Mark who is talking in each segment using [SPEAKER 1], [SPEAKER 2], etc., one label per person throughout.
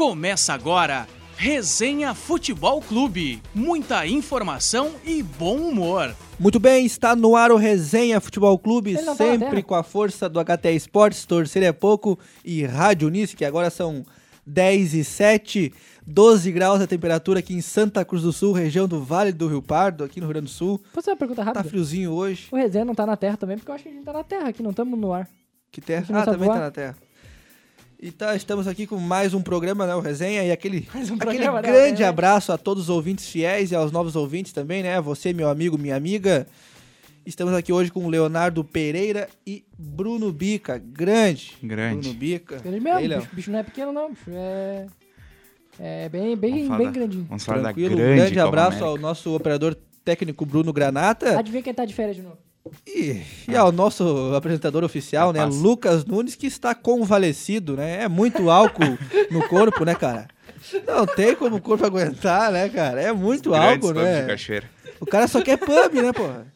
[SPEAKER 1] Começa agora Resenha Futebol Clube. Muita informação e bom humor.
[SPEAKER 2] Muito bem, está no ar o Resenha Futebol Clube,
[SPEAKER 3] Ele não tá na
[SPEAKER 2] sempre
[SPEAKER 3] tela.
[SPEAKER 2] com a força do HT Esportes, torcer é pouco, e Rádio Unis, que agora são 10 e 7, 12 graus a temperatura aqui em Santa Cruz do Sul, região do Vale do Rio Pardo, aqui no Rio Grande do Sul.
[SPEAKER 3] Posso fazer uma pergunta
[SPEAKER 2] Tá
[SPEAKER 3] rápida?
[SPEAKER 2] friozinho hoje.
[SPEAKER 3] o resenha não tá na Terra também, porque eu acho que a gente tá na Terra aqui, não estamos no ar.
[SPEAKER 2] Que
[SPEAKER 3] Aqui
[SPEAKER 2] terra?
[SPEAKER 3] não
[SPEAKER 2] Ah,
[SPEAKER 3] sabe
[SPEAKER 2] também tá
[SPEAKER 3] voar.
[SPEAKER 2] na terra. E tá, estamos aqui com mais um programa, né? O Resenha e aquele,
[SPEAKER 3] Mais um
[SPEAKER 2] aquele
[SPEAKER 3] programa, né, o
[SPEAKER 2] grande
[SPEAKER 3] Resenha?
[SPEAKER 2] abraço a todos os ouvintes fiéis e aos novos ouvintes também, né? Você, meu amigo, minha amiga. Estamos aqui hoje com o Leonardo Pereira e Bruno Bica. Grande.
[SPEAKER 4] Grande.
[SPEAKER 2] Bruno Bica.
[SPEAKER 3] Ele mesmo,
[SPEAKER 2] Aí, Léo.
[SPEAKER 3] bicho, bicho não é pequeno não, bicho é... É bem, bem,
[SPEAKER 4] Vamos falar
[SPEAKER 3] bem
[SPEAKER 4] da-
[SPEAKER 3] grandinho.
[SPEAKER 4] Vamos falar da
[SPEAKER 2] Tranquilo.
[SPEAKER 4] grande.
[SPEAKER 2] Um grande
[SPEAKER 4] Copa
[SPEAKER 2] abraço
[SPEAKER 4] América.
[SPEAKER 2] ao nosso operador técnico Bruno Granata
[SPEAKER 3] Adivinha quem tá de férias de novo?
[SPEAKER 2] e, e ao nosso apresentador oficial, né?
[SPEAKER 4] Capaz.
[SPEAKER 2] Lucas Nunes, que está convalescido, né? É muito álcool no corpo, né, cara? Não tem como o corpo aguentar, né, cara? É muito
[SPEAKER 4] Grandes
[SPEAKER 2] álcool,
[SPEAKER 4] pubs
[SPEAKER 2] né?
[SPEAKER 4] de cachoeira.
[SPEAKER 2] O cara só quer pub, né, porra?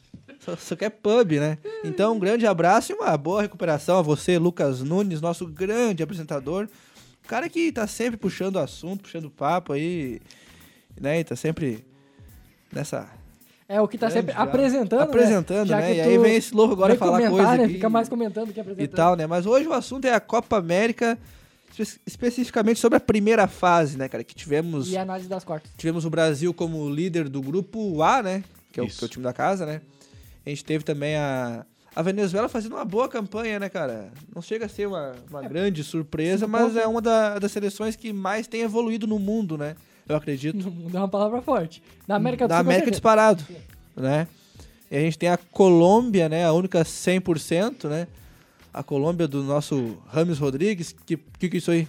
[SPEAKER 2] Só, só quer pub, né? Então, um grande abraço e uma boa recuperação a você, Lucas Nunes, nosso grande apresentador. O cara que tá sempre puxando assunto, puxando papo aí, né? E tá sempre nessa...
[SPEAKER 3] É o que tá
[SPEAKER 2] Grande,
[SPEAKER 3] sempre
[SPEAKER 2] já.
[SPEAKER 3] apresentando,
[SPEAKER 2] Apresentando,
[SPEAKER 3] Já
[SPEAKER 2] né?
[SPEAKER 3] que
[SPEAKER 2] E aí
[SPEAKER 3] tu
[SPEAKER 2] vem esse louco agora
[SPEAKER 3] vem
[SPEAKER 2] falar
[SPEAKER 3] comentar,
[SPEAKER 2] coisa
[SPEAKER 3] né?
[SPEAKER 2] aqui
[SPEAKER 3] Fica mais comentando que apresentando.
[SPEAKER 2] e tal, né? Mas hoje o assunto é a Copa América, espe- especificamente sobre a primeira fase, né, cara? Que tivemos...
[SPEAKER 3] E a análise das quartas.
[SPEAKER 2] Tivemos o Brasil como líder do grupo A, né? Que é, o,
[SPEAKER 4] Isso.
[SPEAKER 2] que é o time da casa, né? A gente teve também a, a Venezuela fazendo uma boa campanha, né, cara? Não chega a ser uma, uma grande surpresa,
[SPEAKER 3] É, sim,
[SPEAKER 2] mas
[SPEAKER 3] pouco.
[SPEAKER 2] é uma da- das seleções que mais tem evoluído no mundo, né? Eu acredito.
[SPEAKER 3] No mundo é uma palavra forte. Na América do
[SPEAKER 2] Na
[SPEAKER 3] Sul, com
[SPEAKER 2] América
[SPEAKER 3] certeza.
[SPEAKER 2] disparado, né? E a gente tem a Colômbia, né? A única 100%, né? A Colômbia do nosso Rames Rodrigues. Que que, que é isso aí?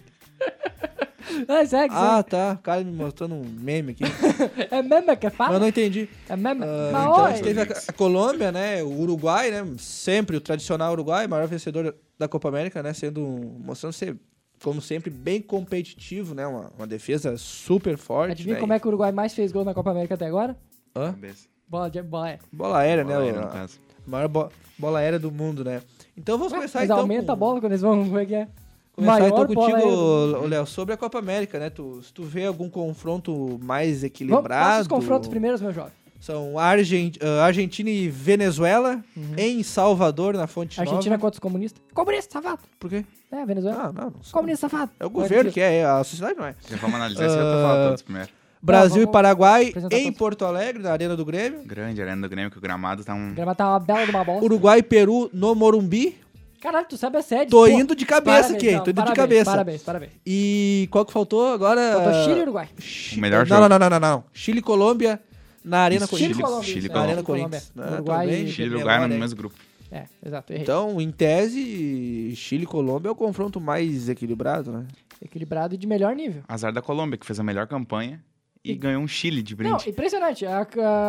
[SPEAKER 3] Ah, segue,
[SPEAKER 2] Ah, tá. O cara me mostrando um meme aqui.
[SPEAKER 3] segue. É meme que
[SPEAKER 2] Mas eu
[SPEAKER 3] fala?
[SPEAKER 2] não entendi.
[SPEAKER 3] É meme.
[SPEAKER 2] Ah,
[SPEAKER 3] Mas
[SPEAKER 2] então a
[SPEAKER 3] oi.
[SPEAKER 2] gente teve a, a Colômbia, né? O Uruguai, né? Sempre o tradicional Uruguai, maior vencedor da Copa América, né? Sendo um- mostrando ser, como sempre, bem competitivo, né? Uma, uma defesa super forte.
[SPEAKER 3] Adivinha
[SPEAKER 2] né?
[SPEAKER 3] como é que o Uruguai mais fez gol na Copa América até agora?
[SPEAKER 2] Hã?
[SPEAKER 4] Cabeça.
[SPEAKER 3] Bola de bola. é.
[SPEAKER 2] Bola aérea,
[SPEAKER 4] Bola
[SPEAKER 2] né?
[SPEAKER 4] aí, no
[SPEAKER 2] a
[SPEAKER 4] caso.
[SPEAKER 2] maior bo- bola aérea do mundo, né? Então vamos começar
[SPEAKER 3] Mas
[SPEAKER 2] então.
[SPEAKER 3] aumenta
[SPEAKER 2] com-
[SPEAKER 3] a bola quando eles vão. Como é que é?
[SPEAKER 2] Começar então
[SPEAKER 3] Maior bola
[SPEAKER 2] contigo,
[SPEAKER 3] aérea do mundo.
[SPEAKER 2] ô, Léo, sobre a Copa América, né? Tu, se tu vê algum confronto mais
[SPEAKER 3] Vamos, passa
[SPEAKER 2] equilibrado.
[SPEAKER 3] os confrontos primeiros, meu jovem.
[SPEAKER 2] São Argen- ah, Argentina e Venezuela em Salvador, na Fonte
[SPEAKER 3] Uhum. Argentina
[SPEAKER 2] Nova.
[SPEAKER 3] contra os comunistas. Comunista, safado!
[SPEAKER 2] Por quê?
[SPEAKER 3] É, Venezuela.
[SPEAKER 2] Ah, não, não sou.
[SPEAKER 3] comunista, safado!
[SPEAKER 2] É o governo que é, é a sociedade
[SPEAKER 3] Tá,
[SPEAKER 2] não é.
[SPEAKER 4] Já vamos analisar esse outro falar todos primeiro.
[SPEAKER 2] Brasil e
[SPEAKER 3] vamos
[SPEAKER 2] Paraguai
[SPEAKER 3] apresentar
[SPEAKER 2] em
[SPEAKER 3] todos.
[SPEAKER 2] Porto Alegre, na Arena do Grêmio.
[SPEAKER 4] Grande arena do Grêmio, que o gramado tá um.
[SPEAKER 3] Gravar tá uma bela de uma bola.
[SPEAKER 2] Uruguai e Peru no Morumbi.
[SPEAKER 3] Caralho, tu sabe a sede.
[SPEAKER 2] Tô
[SPEAKER 3] pô.
[SPEAKER 2] indo de cabeça
[SPEAKER 3] Parabéns,
[SPEAKER 2] aqui,
[SPEAKER 3] não,
[SPEAKER 2] tô indo de
[SPEAKER 3] parabéns,
[SPEAKER 2] cabeça.
[SPEAKER 3] Parabéns, parabéns.
[SPEAKER 2] E qual que faltou agora?
[SPEAKER 3] Faltou Chile e Uruguai.
[SPEAKER 2] Chi-
[SPEAKER 4] O melhor
[SPEAKER 2] não,
[SPEAKER 4] jogo.
[SPEAKER 2] não, não, não, não, não. Chile e Colômbia na Arena
[SPEAKER 4] Isso,
[SPEAKER 2] Corinthians.
[SPEAKER 4] Chile-
[SPEAKER 3] Colômbia,
[SPEAKER 4] Chile
[SPEAKER 3] isso,
[SPEAKER 2] Na
[SPEAKER 4] Colômbia.
[SPEAKER 2] Arena Corinthians. Ah,
[SPEAKER 3] Uruguai
[SPEAKER 2] também.
[SPEAKER 3] e-
[SPEAKER 4] Chile e
[SPEAKER 2] Minha
[SPEAKER 4] Uruguai
[SPEAKER 2] memória
[SPEAKER 4] no
[SPEAKER 2] aí.
[SPEAKER 4] mesmo grupo.
[SPEAKER 3] É, exato, errei.
[SPEAKER 2] Então, em tese, Chile e Colômbia é o confronto mais equilibrado, né?
[SPEAKER 3] Equilibrado e de melhor nível.
[SPEAKER 4] Azar da Colômbia, que fez a melhor campanha e,
[SPEAKER 3] E-
[SPEAKER 4] ganhou um Chile de
[SPEAKER 3] Não,
[SPEAKER 4] brinde.
[SPEAKER 3] impressionante. A,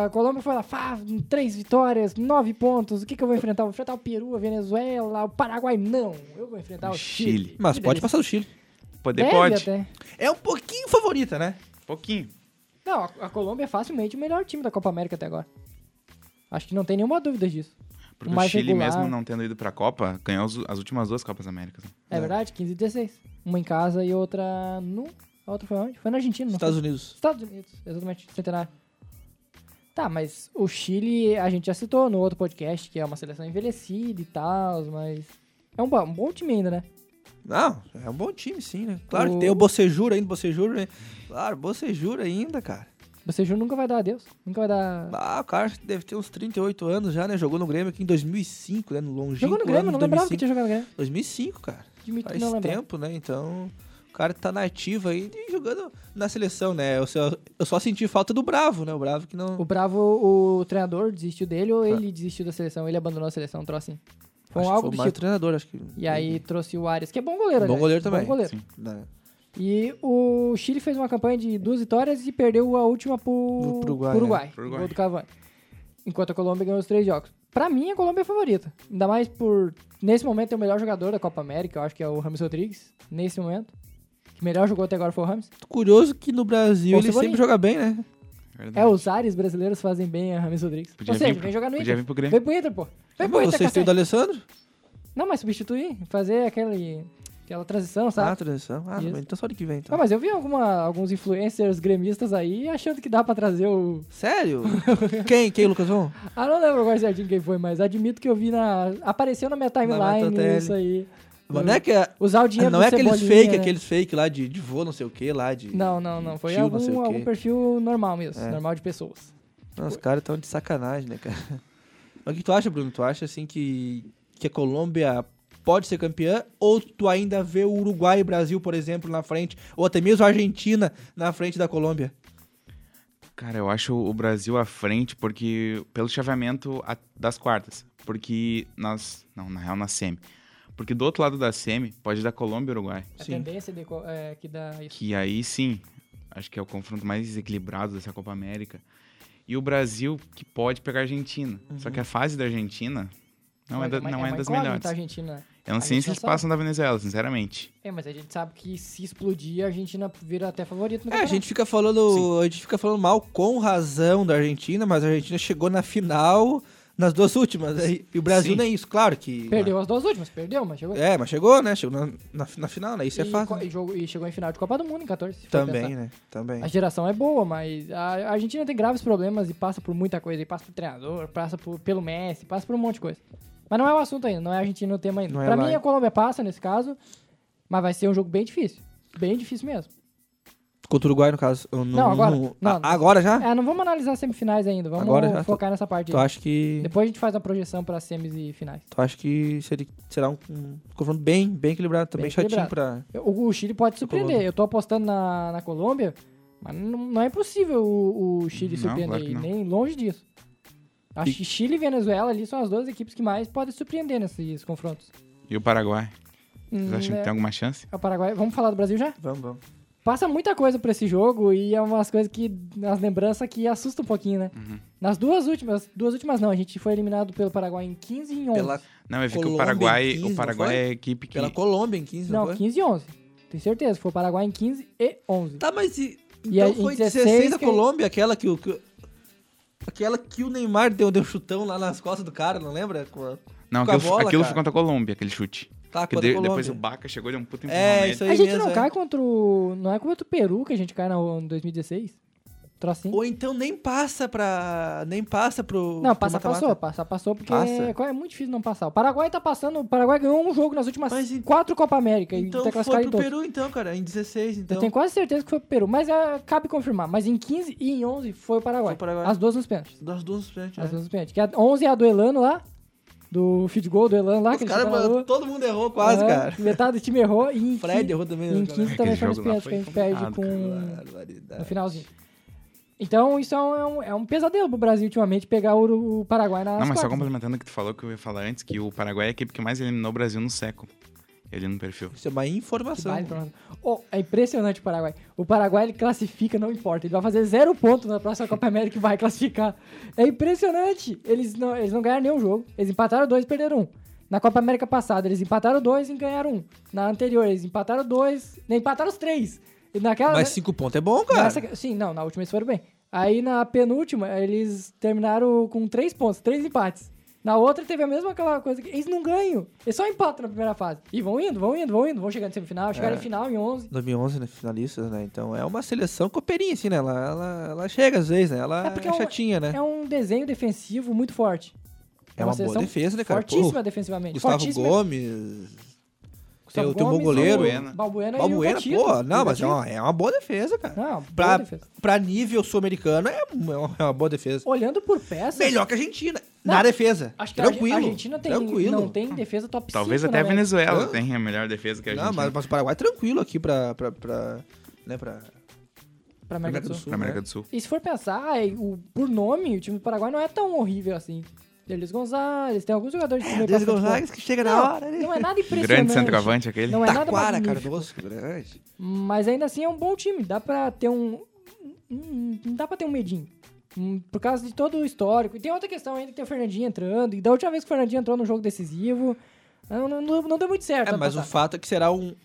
[SPEAKER 3] a Colômbia foi lá, fá, três vitórias, nove pontos. O que, que eu vou enfrentar? Vou enfrentar o Peru, a Venezuela, o Paraguai? Não. Eu vou enfrentar o Chile.
[SPEAKER 4] Chile.
[SPEAKER 2] Mas
[SPEAKER 3] Que
[SPEAKER 2] pode
[SPEAKER 3] delícia.
[SPEAKER 2] passar do Chile.
[SPEAKER 4] Poder
[SPEAKER 3] Deve
[SPEAKER 4] pode.
[SPEAKER 3] até.
[SPEAKER 2] É um pouquinho favorita, né?
[SPEAKER 4] Pouquinho.
[SPEAKER 3] Não, a- a Colômbia é facilmente o melhor time da Copa América até agora. Acho que não tem nenhuma dúvida disso.
[SPEAKER 4] Porque o
[SPEAKER 3] Mais
[SPEAKER 4] Chile,
[SPEAKER 3] regular.
[SPEAKER 4] mesmo não tendo ido pra Copa, ganhou as, as últimas duas Copas Américas. né?
[SPEAKER 3] É,
[SPEAKER 2] É.
[SPEAKER 3] verdade, 15 e 16. Uma em casa e outra no. A outra foi onde? Foi na Argentina, não
[SPEAKER 2] Estados
[SPEAKER 3] foi?
[SPEAKER 2] Unidos.
[SPEAKER 3] Estados Unidos, exatamente, centenário. Tá, mas o Chile a gente já citou no outro podcast, que é uma seleção envelhecida e tal, mas. É um bom, um bom time ainda, né?
[SPEAKER 2] Não, é um bom time, sim, né? Claro que
[SPEAKER 3] O-
[SPEAKER 2] tem o Bocejura ainda, Bocejura, né? Claro, Bocejura ainda, cara.
[SPEAKER 3] Você juro nunca vai dar adeus. Nunca vai dar.
[SPEAKER 2] Ah, o cara deve ter uns 38 anos já, né? Jogou no Grêmio aqui em 2005, né? No longínquo
[SPEAKER 3] Jogou no
[SPEAKER 2] ano
[SPEAKER 3] Grêmio, não
[SPEAKER 2] de
[SPEAKER 3] lembrava
[SPEAKER 2] 2005.
[SPEAKER 3] que tinha jogado no Grêmio.
[SPEAKER 2] 2005, cara.
[SPEAKER 3] Admito que
[SPEAKER 2] Faz
[SPEAKER 3] não lembrava.
[SPEAKER 2] tempo, né? Então, o cara tá na ativa aí e jogando na seleção, né? Eu só, eu só senti falta do Bravo, né? O Bravo que não...
[SPEAKER 3] O Bravo, o treinador desistiu dele ou ele desistiu da seleção? Ele abandonou a seleção, um troço assim. Foi
[SPEAKER 2] acho que
[SPEAKER 3] algo
[SPEAKER 2] foi
[SPEAKER 3] do
[SPEAKER 2] o maior
[SPEAKER 3] tipo.
[SPEAKER 2] treinador, acho que... um
[SPEAKER 3] E aí trouxe o Arias, que é bom goleiro,
[SPEAKER 2] Bom
[SPEAKER 3] aliás.
[SPEAKER 2] goleiro também,
[SPEAKER 3] Bom goleiro.
[SPEAKER 4] sim.
[SPEAKER 2] Né?
[SPEAKER 3] E o Chile fez uma campanha de duas vitórias e perdeu a última pro,
[SPEAKER 2] Pro Uruguai,
[SPEAKER 3] pro Uruguai,
[SPEAKER 2] né?
[SPEAKER 4] Pro Uruguai.
[SPEAKER 3] gol do Cavani. Enquanto a Colômbia ganhou os três jogos. Pra mim, a Colômbia é a favorita. Ainda mais por, nesse momento, é o melhor jogador da Copa América, eu acho que é o Rames Rodrigues, nesse momento. Que melhor jogou até agora foi o Rames.
[SPEAKER 2] Curioso que no Brasil
[SPEAKER 3] Bom,
[SPEAKER 2] ele
[SPEAKER 3] Cebolinha.
[SPEAKER 2] sempre joga bem, né?
[SPEAKER 4] Verdade.
[SPEAKER 3] É, os ares brasileiros fazem bem a Rames Rodrigues.
[SPEAKER 4] Podia
[SPEAKER 3] Ou seja,
[SPEAKER 4] vir-
[SPEAKER 3] vem jogar no
[SPEAKER 4] podia
[SPEAKER 3] Inter.
[SPEAKER 4] vir pro Grêmio.
[SPEAKER 3] É Vem pro Inter, pô. Vem pro Inter,
[SPEAKER 2] Vocês têm o
[SPEAKER 3] cacete.
[SPEAKER 2] do Alessandro?
[SPEAKER 3] Não, mas substituir, fazer aquele... Aquela transição,
[SPEAKER 2] Ah,
[SPEAKER 3] sabe?
[SPEAKER 2] transição. Ah,
[SPEAKER 3] Isso.
[SPEAKER 2] então só ano que vem, então.
[SPEAKER 3] Ah, mas eu vi alguma- alguns influencers gremistas aí achando que dá pra trazer o.
[SPEAKER 2] Sério? quem? Quem, Lucas Von?
[SPEAKER 3] Ah, não lembro agora certinho quem foi, mas admito que eu vi na. Apareceu na minha timeline
[SPEAKER 2] Matotelli.
[SPEAKER 3] isso aí.
[SPEAKER 2] Não é que é,
[SPEAKER 3] Usar o dinheiro
[SPEAKER 2] não
[SPEAKER 3] do
[SPEAKER 2] é aqueles
[SPEAKER 3] Cebolinha,
[SPEAKER 2] fake,
[SPEAKER 3] né?
[SPEAKER 2] aqueles fake lá de, de vô não sei o que, lá de...
[SPEAKER 3] Não, não, não. Foi
[SPEAKER 2] tio, não
[SPEAKER 3] algum,
[SPEAKER 2] sei o quê.
[SPEAKER 3] algum perfil normal mesmo.
[SPEAKER 2] É.
[SPEAKER 3] Normal de pessoas.
[SPEAKER 2] Não, os caras estão de sacanagem, né, cara? Mas o que tu acha, Bruno? Tu acha, assim, que, que a Colômbia pode ser campeã? Ou tu ainda vê o Uruguai e Brasil, por exemplo, na frente? Ou até mesmo a Argentina na frente da Colômbia?
[SPEAKER 4] Cara, eu acho o Brasil à frente porque pelo chaveamento a- das quartas, porque nas não, na real na semi. Porque do outro lado da semi pode dar Colômbia e Uruguai,
[SPEAKER 3] A
[SPEAKER 2] Sim.
[SPEAKER 3] tendência de, co- é, que dá isso.
[SPEAKER 4] que aí sim, acho que é o confronto mais desequilibrado dessa Copa América. E o Brasil que pode pegar a Argentina. Só que a fase da Argentina não é,
[SPEAKER 3] Uhum. Mas
[SPEAKER 4] da-
[SPEAKER 3] uma-
[SPEAKER 4] não é
[SPEAKER 3] uma
[SPEAKER 4] das
[SPEAKER 3] incógnita
[SPEAKER 4] melhores.
[SPEAKER 3] A Argentina.
[SPEAKER 4] Eu não
[SPEAKER 3] a
[SPEAKER 4] sei
[SPEAKER 3] gente
[SPEAKER 4] se
[SPEAKER 3] não
[SPEAKER 4] eles
[SPEAKER 3] sabe.
[SPEAKER 4] passam da Venezuela, sinceramente.
[SPEAKER 3] É, mas a gente sabe que se explodir, a Argentina vira até favorito
[SPEAKER 2] É,
[SPEAKER 3] no
[SPEAKER 2] a
[SPEAKER 3] campeonato.
[SPEAKER 2] gente fica falando, a gente fica falando mal com razão da Argentina, mas a Argentina chegou na final nas duas últimas. aí- E o Brasil
[SPEAKER 4] Sim.
[SPEAKER 2] nem isso, claro que.
[SPEAKER 3] Perdeu as duas últimas, perdeu, mas chegou.
[SPEAKER 2] É, mas chegou, né? Chegou na, na, na final, né? Isso é
[SPEAKER 3] E
[SPEAKER 2] fácil.
[SPEAKER 3] co- E, jogou- e chegou em final de Copa do Mundo em 14. se for
[SPEAKER 2] Também,
[SPEAKER 3] pensar.
[SPEAKER 2] né? Também.
[SPEAKER 3] A geração é boa, mas a a Argentina tem graves problemas e passa por muita coisa. E passa por treinador, passa por, pelo Messi, passa por um monte de coisa. Mas não é o assunto ainda, não é a Argentina o tema ainda.
[SPEAKER 2] Não é
[SPEAKER 3] pra
[SPEAKER 2] lá.
[SPEAKER 3] mim, a Colômbia passa nesse caso, mas vai ser um jogo bem difícil. Bem difícil mesmo.
[SPEAKER 2] Contra o Uruguai, no caso. No,
[SPEAKER 3] Não, agora.
[SPEAKER 2] no-
[SPEAKER 3] Não,
[SPEAKER 2] a-
[SPEAKER 3] não.
[SPEAKER 2] Ah, agora já?
[SPEAKER 3] É, não vamos analisar as semifinais ainda, vamos
[SPEAKER 2] Agora já,
[SPEAKER 3] focar nessa parte
[SPEAKER 2] Tu
[SPEAKER 3] aí.
[SPEAKER 2] acha que.
[SPEAKER 3] Depois a gente faz uma projeção para semis e finais.
[SPEAKER 2] Tu acha Então, que seria- será um, um confronto bem, bem equilibrado, também
[SPEAKER 3] Bem
[SPEAKER 2] chatinho
[SPEAKER 3] equilibrado.
[SPEAKER 2] pra.
[SPEAKER 3] O, o Chile pode surpreender.
[SPEAKER 2] Colômbia.
[SPEAKER 3] Eu tô apostando na, na Colômbia, mas não, não é impossível o, o Chile
[SPEAKER 4] Não,
[SPEAKER 3] surpreender.
[SPEAKER 4] claro que não.
[SPEAKER 3] nem longe disso. Acho que Chile e Venezuela ali são as duas equipes que mais podem surpreender nesses confrontos.
[SPEAKER 4] E o Paraguai? Vocês
[SPEAKER 3] Hum,
[SPEAKER 4] acham que
[SPEAKER 3] é-
[SPEAKER 4] tem alguma chance?
[SPEAKER 3] é o Paraguai. Vamos falar do Brasil já?
[SPEAKER 2] Vamos, vamos.
[SPEAKER 3] Passa muita coisa pra esse jogo e é umas coisas que. as lembranças que assustam um pouquinho, né? Nas duas últimas. Duas últimas não, a gente foi eliminado pelo Paraguai em 15 e em 11.
[SPEAKER 2] Pela,
[SPEAKER 4] Não, eu vi que o
[SPEAKER 2] Colômbia em
[SPEAKER 4] Paraguai,
[SPEAKER 2] 15, não
[SPEAKER 4] o Paraguai
[SPEAKER 2] foi?
[SPEAKER 4] é a equipe que
[SPEAKER 2] pela Colômbia em 15, não,
[SPEAKER 3] Não,
[SPEAKER 2] foi?
[SPEAKER 3] 15 e 11. Tenho certeza, foi o Paraguai em 15 e 11.
[SPEAKER 2] Tá, mas e,
[SPEAKER 3] E
[SPEAKER 2] então
[SPEAKER 3] aí, em
[SPEAKER 2] foi 16,
[SPEAKER 3] 16
[SPEAKER 2] a
[SPEAKER 3] que-
[SPEAKER 2] Colômbia, aquela que o. que o- aquela que o Neymar deu, deu chutão lá nas costas do cara, não lembra? Com a-
[SPEAKER 4] Não,
[SPEAKER 2] com a
[SPEAKER 4] aquilo,
[SPEAKER 2] bola,
[SPEAKER 4] aquilo
[SPEAKER 2] cara.
[SPEAKER 4] foi contra a Colômbia, aquele chute.
[SPEAKER 2] Tá,
[SPEAKER 4] Que
[SPEAKER 2] contra a
[SPEAKER 4] de-
[SPEAKER 2] Colômbia.
[SPEAKER 4] depois o Baca chegou e deu um puta empurrão
[SPEAKER 2] É,
[SPEAKER 4] nele.
[SPEAKER 2] isso aí
[SPEAKER 3] A gente
[SPEAKER 2] mesmo,
[SPEAKER 3] não
[SPEAKER 2] é.
[SPEAKER 3] cai contra o. Não é contra o Peru que a gente cai na, em 2016? Trocinho?
[SPEAKER 2] Ou então nem passa pra. Nem passa pro.
[SPEAKER 3] Não,
[SPEAKER 2] pro
[SPEAKER 3] passa,
[SPEAKER 2] mata-mata.
[SPEAKER 3] passou, passa, passou, porque
[SPEAKER 2] tá né? Passa?
[SPEAKER 3] É, é muito difícil não passar. O Paraguai tá passando, o Paraguai ganhou um jogo nas últimas
[SPEAKER 2] Mas e-
[SPEAKER 3] quatro Copa América
[SPEAKER 2] Então
[SPEAKER 3] e tá
[SPEAKER 2] foi
[SPEAKER 3] classificado em
[SPEAKER 2] pro
[SPEAKER 3] todos.
[SPEAKER 2] Peru, então, cara, em 16, então.
[SPEAKER 3] Eu tenho quase certeza que foi pro Peru, mas é, cabe confirmar. Mas em 15 e em 11 foi o Paraguai.
[SPEAKER 2] Foi o Paraguai.
[SPEAKER 3] As duas nos pênaltis.
[SPEAKER 2] Das duas nos pênaltis,
[SPEAKER 3] As
[SPEAKER 2] né?
[SPEAKER 3] duas nos pênaltis. Que a 11 é a do Elano lá, do feed goal do Elano lá,
[SPEAKER 2] Os
[SPEAKER 3] que ele
[SPEAKER 2] caras,
[SPEAKER 3] chuta na
[SPEAKER 2] mano,
[SPEAKER 3] lua.
[SPEAKER 2] todo mundo errou quase,
[SPEAKER 3] Aham,
[SPEAKER 2] cara.
[SPEAKER 3] Metade do time errou e em
[SPEAKER 2] Fred
[SPEAKER 3] 15
[SPEAKER 2] errou também.
[SPEAKER 3] E em
[SPEAKER 2] né,
[SPEAKER 3] 15
[SPEAKER 2] cara?
[SPEAKER 3] também
[SPEAKER 4] É Aquele
[SPEAKER 3] foi nos
[SPEAKER 4] jogo lá
[SPEAKER 3] pênaltis que a gente
[SPEAKER 4] foi
[SPEAKER 3] perde
[SPEAKER 4] complicado,
[SPEAKER 3] com...
[SPEAKER 2] Barbaridade.
[SPEAKER 3] no finalzinho. Então, isso é um, é um pesadelo pro Brasil ultimamente pegar o, Uru- o Paraguai na
[SPEAKER 4] Não, mas só complementando o que tu falou, que eu ia falar antes, que o Paraguai é a equipe que mais eliminou o Brasil no século. Ele no perfil.
[SPEAKER 2] Isso é uma informação.
[SPEAKER 3] Oh, é impressionante o Paraguai. O Paraguai ele classifica, não importa. Ele vai fazer zero ponto na próxima Copa América e vai classificar. É impressionante. Eles não, eles não ganharam nenhum jogo. Eles empataram dois e perderam um. Na Copa América passada, eles empataram dois e ganharam um. Na anterior, eles empataram dois. Nem empataram os três. E naquela,
[SPEAKER 2] Mas
[SPEAKER 3] né-
[SPEAKER 2] 5 pontos é bom, cara.
[SPEAKER 3] Nessa- sim, não, na última eles foram bem. Aí na penúltima, eles terminaram com três pontos, três empates. Na outra teve a mesma aquela coisa que eles não ganham. Eles só empatam na primeira fase. E vão indo, vão indo, vão indo, vão chegando em semifinal, chegaram
[SPEAKER 2] É.
[SPEAKER 3] em final em 11.
[SPEAKER 2] 2011, né, finalistas, né? Então é uma seleção coperinha, assim, né? Ela, ela, ela chega às vezes, né? Ela
[SPEAKER 3] É
[SPEAKER 2] é,
[SPEAKER 3] porque é um-
[SPEAKER 2] chatinha, né?
[SPEAKER 3] É um desenho defensivo muito forte.
[SPEAKER 2] É uma boa
[SPEAKER 3] seleção
[SPEAKER 2] defesa, né, cara?
[SPEAKER 3] Fortíssima
[SPEAKER 2] Pô,
[SPEAKER 3] defensivamente.
[SPEAKER 2] Gustavo
[SPEAKER 3] fortíssima.
[SPEAKER 2] Gomes, tem
[SPEAKER 3] Gustavo
[SPEAKER 2] o- tem um bom
[SPEAKER 3] Gomes,
[SPEAKER 2] goleiro.
[SPEAKER 3] Balbuena. Balbuena,
[SPEAKER 2] Balbuena,
[SPEAKER 3] e o Gatito.
[SPEAKER 2] pô. Não,
[SPEAKER 3] O
[SPEAKER 2] mas é
[SPEAKER 3] Gatito.
[SPEAKER 2] uma, é uma boa defesa, cara.
[SPEAKER 3] Não,
[SPEAKER 2] pra,
[SPEAKER 3] boa defesa.
[SPEAKER 2] pra nível sul-americano é uma, é uma boa defesa.
[SPEAKER 3] Olhando por peça...
[SPEAKER 2] Melhor que a Argentina.
[SPEAKER 3] Não,
[SPEAKER 2] na defesa.
[SPEAKER 3] Acho que a
[SPEAKER 2] tranquilo.
[SPEAKER 3] Argentina tem,
[SPEAKER 2] tranquilo.
[SPEAKER 3] não tem defesa top né, 5.
[SPEAKER 4] Talvez até a
[SPEAKER 3] Venezuela.
[SPEAKER 4] Venezuela
[SPEAKER 2] Hã?
[SPEAKER 4] tenha a melhor defesa que a gente.
[SPEAKER 2] Não, mas, mas o Paraguai é tranquilo aqui pra. pra, pra né, pra
[SPEAKER 3] Pra América do Sul.
[SPEAKER 4] Na América
[SPEAKER 2] né?
[SPEAKER 4] do Sul.
[SPEAKER 3] E se for pensar, é, o- por nome, o time do Paraguai não é tão horrível assim. Delis Gonzalez, tem alguns jogadores de meio é pra
[SPEAKER 2] Deus
[SPEAKER 3] frente,
[SPEAKER 2] É, Gonzalez que chega
[SPEAKER 3] Não,
[SPEAKER 2] na hora. né?
[SPEAKER 3] não é nada impressionante.
[SPEAKER 4] Grande centroavante aquele.
[SPEAKER 3] Não é nada
[SPEAKER 2] Taquara,
[SPEAKER 3] magnífico.
[SPEAKER 2] Cardoso, grande.
[SPEAKER 3] Mas ainda assim é um bom time. Dá pra ter um. um- Não dá pra ter um medinho. Hum, Por causa de todo o histórico. E tem outra questão ainda que tem o Fernandinho entrando. E da última vez que o Fernandinho entrou no jogo decisivo, não, não- não- não deu muito certo. tá,
[SPEAKER 2] É,
[SPEAKER 3] ano
[SPEAKER 2] mas o
[SPEAKER 3] passado.
[SPEAKER 2] fato é que será um.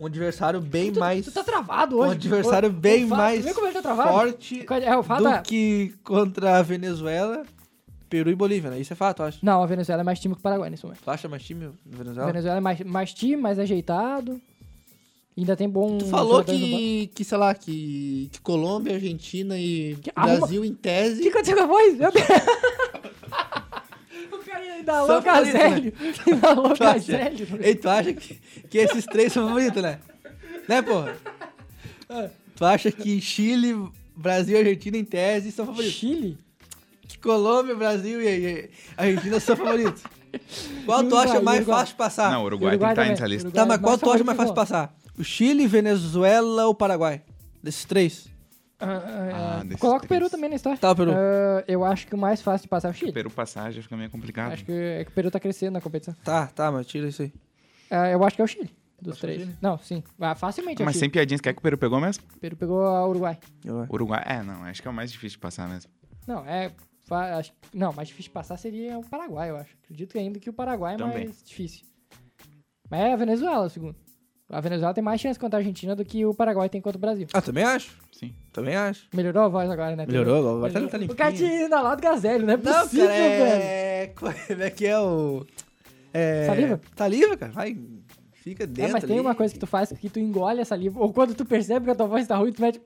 [SPEAKER 2] Um adversário bem
[SPEAKER 3] tu,
[SPEAKER 2] mais.
[SPEAKER 3] Tu tá travado
[SPEAKER 2] um
[SPEAKER 3] hoje.
[SPEAKER 2] adversário
[SPEAKER 3] O- o
[SPEAKER 2] bem
[SPEAKER 3] fato-
[SPEAKER 2] mais
[SPEAKER 3] Tu viu como ele tá travado?
[SPEAKER 2] forte
[SPEAKER 3] É, o fato é-
[SPEAKER 2] do que contra a Venezuela. Peru e Bolívia, né? Isso é fato, eu acho.
[SPEAKER 3] Não, a Venezuela é mais time que o Paraguai nesse momento.
[SPEAKER 2] Tu acha mais time na
[SPEAKER 3] A
[SPEAKER 2] Venezuela?
[SPEAKER 3] Venezuela é mais, mais time, mais ajeitado. Ainda tem bom.
[SPEAKER 5] Tu falou
[SPEAKER 3] jogadores no banco.
[SPEAKER 5] que, que, sei lá, que, que Colômbia, Argentina e
[SPEAKER 3] Que arruma-
[SPEAKER 5] Brasil em
[SPEAKER 3] O que
[SPEAKER 5] tese.
[SPEAKER 3] aconteceu com a voz? Meu Deus! o cara inalou
[SPEAKER 2] Só por isso, né? Tá
[SPEAKER 3] Caselli. Inalou
[SPEAKER 2] Tu acha?
[SPEAKER 3] Caselli.
[SPEAKER 2] Ei, tu acha que, que esses três são favoritos, né? Né, porra? Tu acha que Chile, Brasil e Argentina, em tese, são favoritos?
[SPEAKER 3] Chile?
[SPEAKER 2] Que Colômbia, Brasil e- e Argentina são favoritos? Qual tu acha
[SPEAKER 3] Uruguai,
[SPEAKER 2] mais
[SPEAKER 3] Uruguai.
[SPEAKER 2] fácil de passar?
[SPEAKER 4] Não, o Uruguai, tem que estar
[SPEAKER 3] também.
[SPEAKER 4] nessa lista.
[SPEAKER 3] Uruguai
[SPEAKER 2] Tá, mas qual tu acha
[SPEAKER 3] favorito
[SPEAKER 2] mais
[SPEAKER 3] que o
[SPEAKER 2] fácil de passar? O Chile, Venezuela ou Paraguai? Desses três.
[SPEAKER 3] Ah, ah,
[SPEAKER 4] Ah,
[SPEAKER 3] ah,
[SPEAKER 4] desses
[SPEAKER 3] Coloca o Peru
[SPEAKER 4] três.
[SPEAKER 3] também na história.
[SPEAKER 2] Tá, o Peru.
[SPEAKER 3] Ah, eu acho que o mais fácil de passar é o Chile.
[SPEAKER 4] Peru passagem fica meio complicado. Ah,
[SPEAKER 3] Acho que, é que o Peru tá crescendo na competição.
[SPEAKER 2] Tá, tá, mas tira isso aí.
[SPEAKER 3] Ah, eu acho que é o Chile, dos três.
[SPEAKER 2] Chile.
[SPEAKER 3] Não, sim. Ah, facilmente é o
[SPEAKER 4] Mas sem
[SPEAKER 3] Chile.
[SPEAKER 4] piadinhas, quer que o Peru pegou mesmo?
[SPEAKER 3] O Peru pegou a Uruguai.
[SPEAKER 2] Eu-
[SPEAKER 4] Uruguai. É, não, acho que é o mais difícil de passar mesmo.
[SPEAKER 3] Não, é. fa- acho- não, mais difícil de passar seria o Paraguai, eu acho. Acredito ainda que o Paraguai é
[SPEAKER 4] Também.
[SPEAKER 3] mais difícil. Mas é a Venezuela, o segundo. A Venezuela tem mais chance contra a Argentina do que o Paraguai tem contra o Brasil.
[SPEAKER 2] Ah, também acho.
[SPEAKER 4] Sim.
[SPEAKER 2] Também acho.
[SPEAKER 3] Melhorou a voz agora, né?
[SPEAKER 2] Melhorou, agora tá- tá
[SPEAKER 3] O cara
[SPEAKER 2] limpinho.
[SPEAKER 3] tinha inalado gazelho, não é
[SPEAKER 2] Não,
[SPEAKER 3] possível,
[SPEAKER 2] cara,
[SPEAKER 3] velho.
[SPEAKER 2] é... Como é que é o... É...
[SPEAKER 3] Saliva?
[SPEAKER 2] Saliva, cara. Vai, fica
[SPEAKER 3] É,
[SPEAKER 2] dentro
[SPEAKER 3] mas tem
[SPEAKER 2] ali.
[SPEAKER 3] uma coisa que tu faz que tu engole a saliva. Ou quando tu percebe que a tua voz tá ruim, tu mete.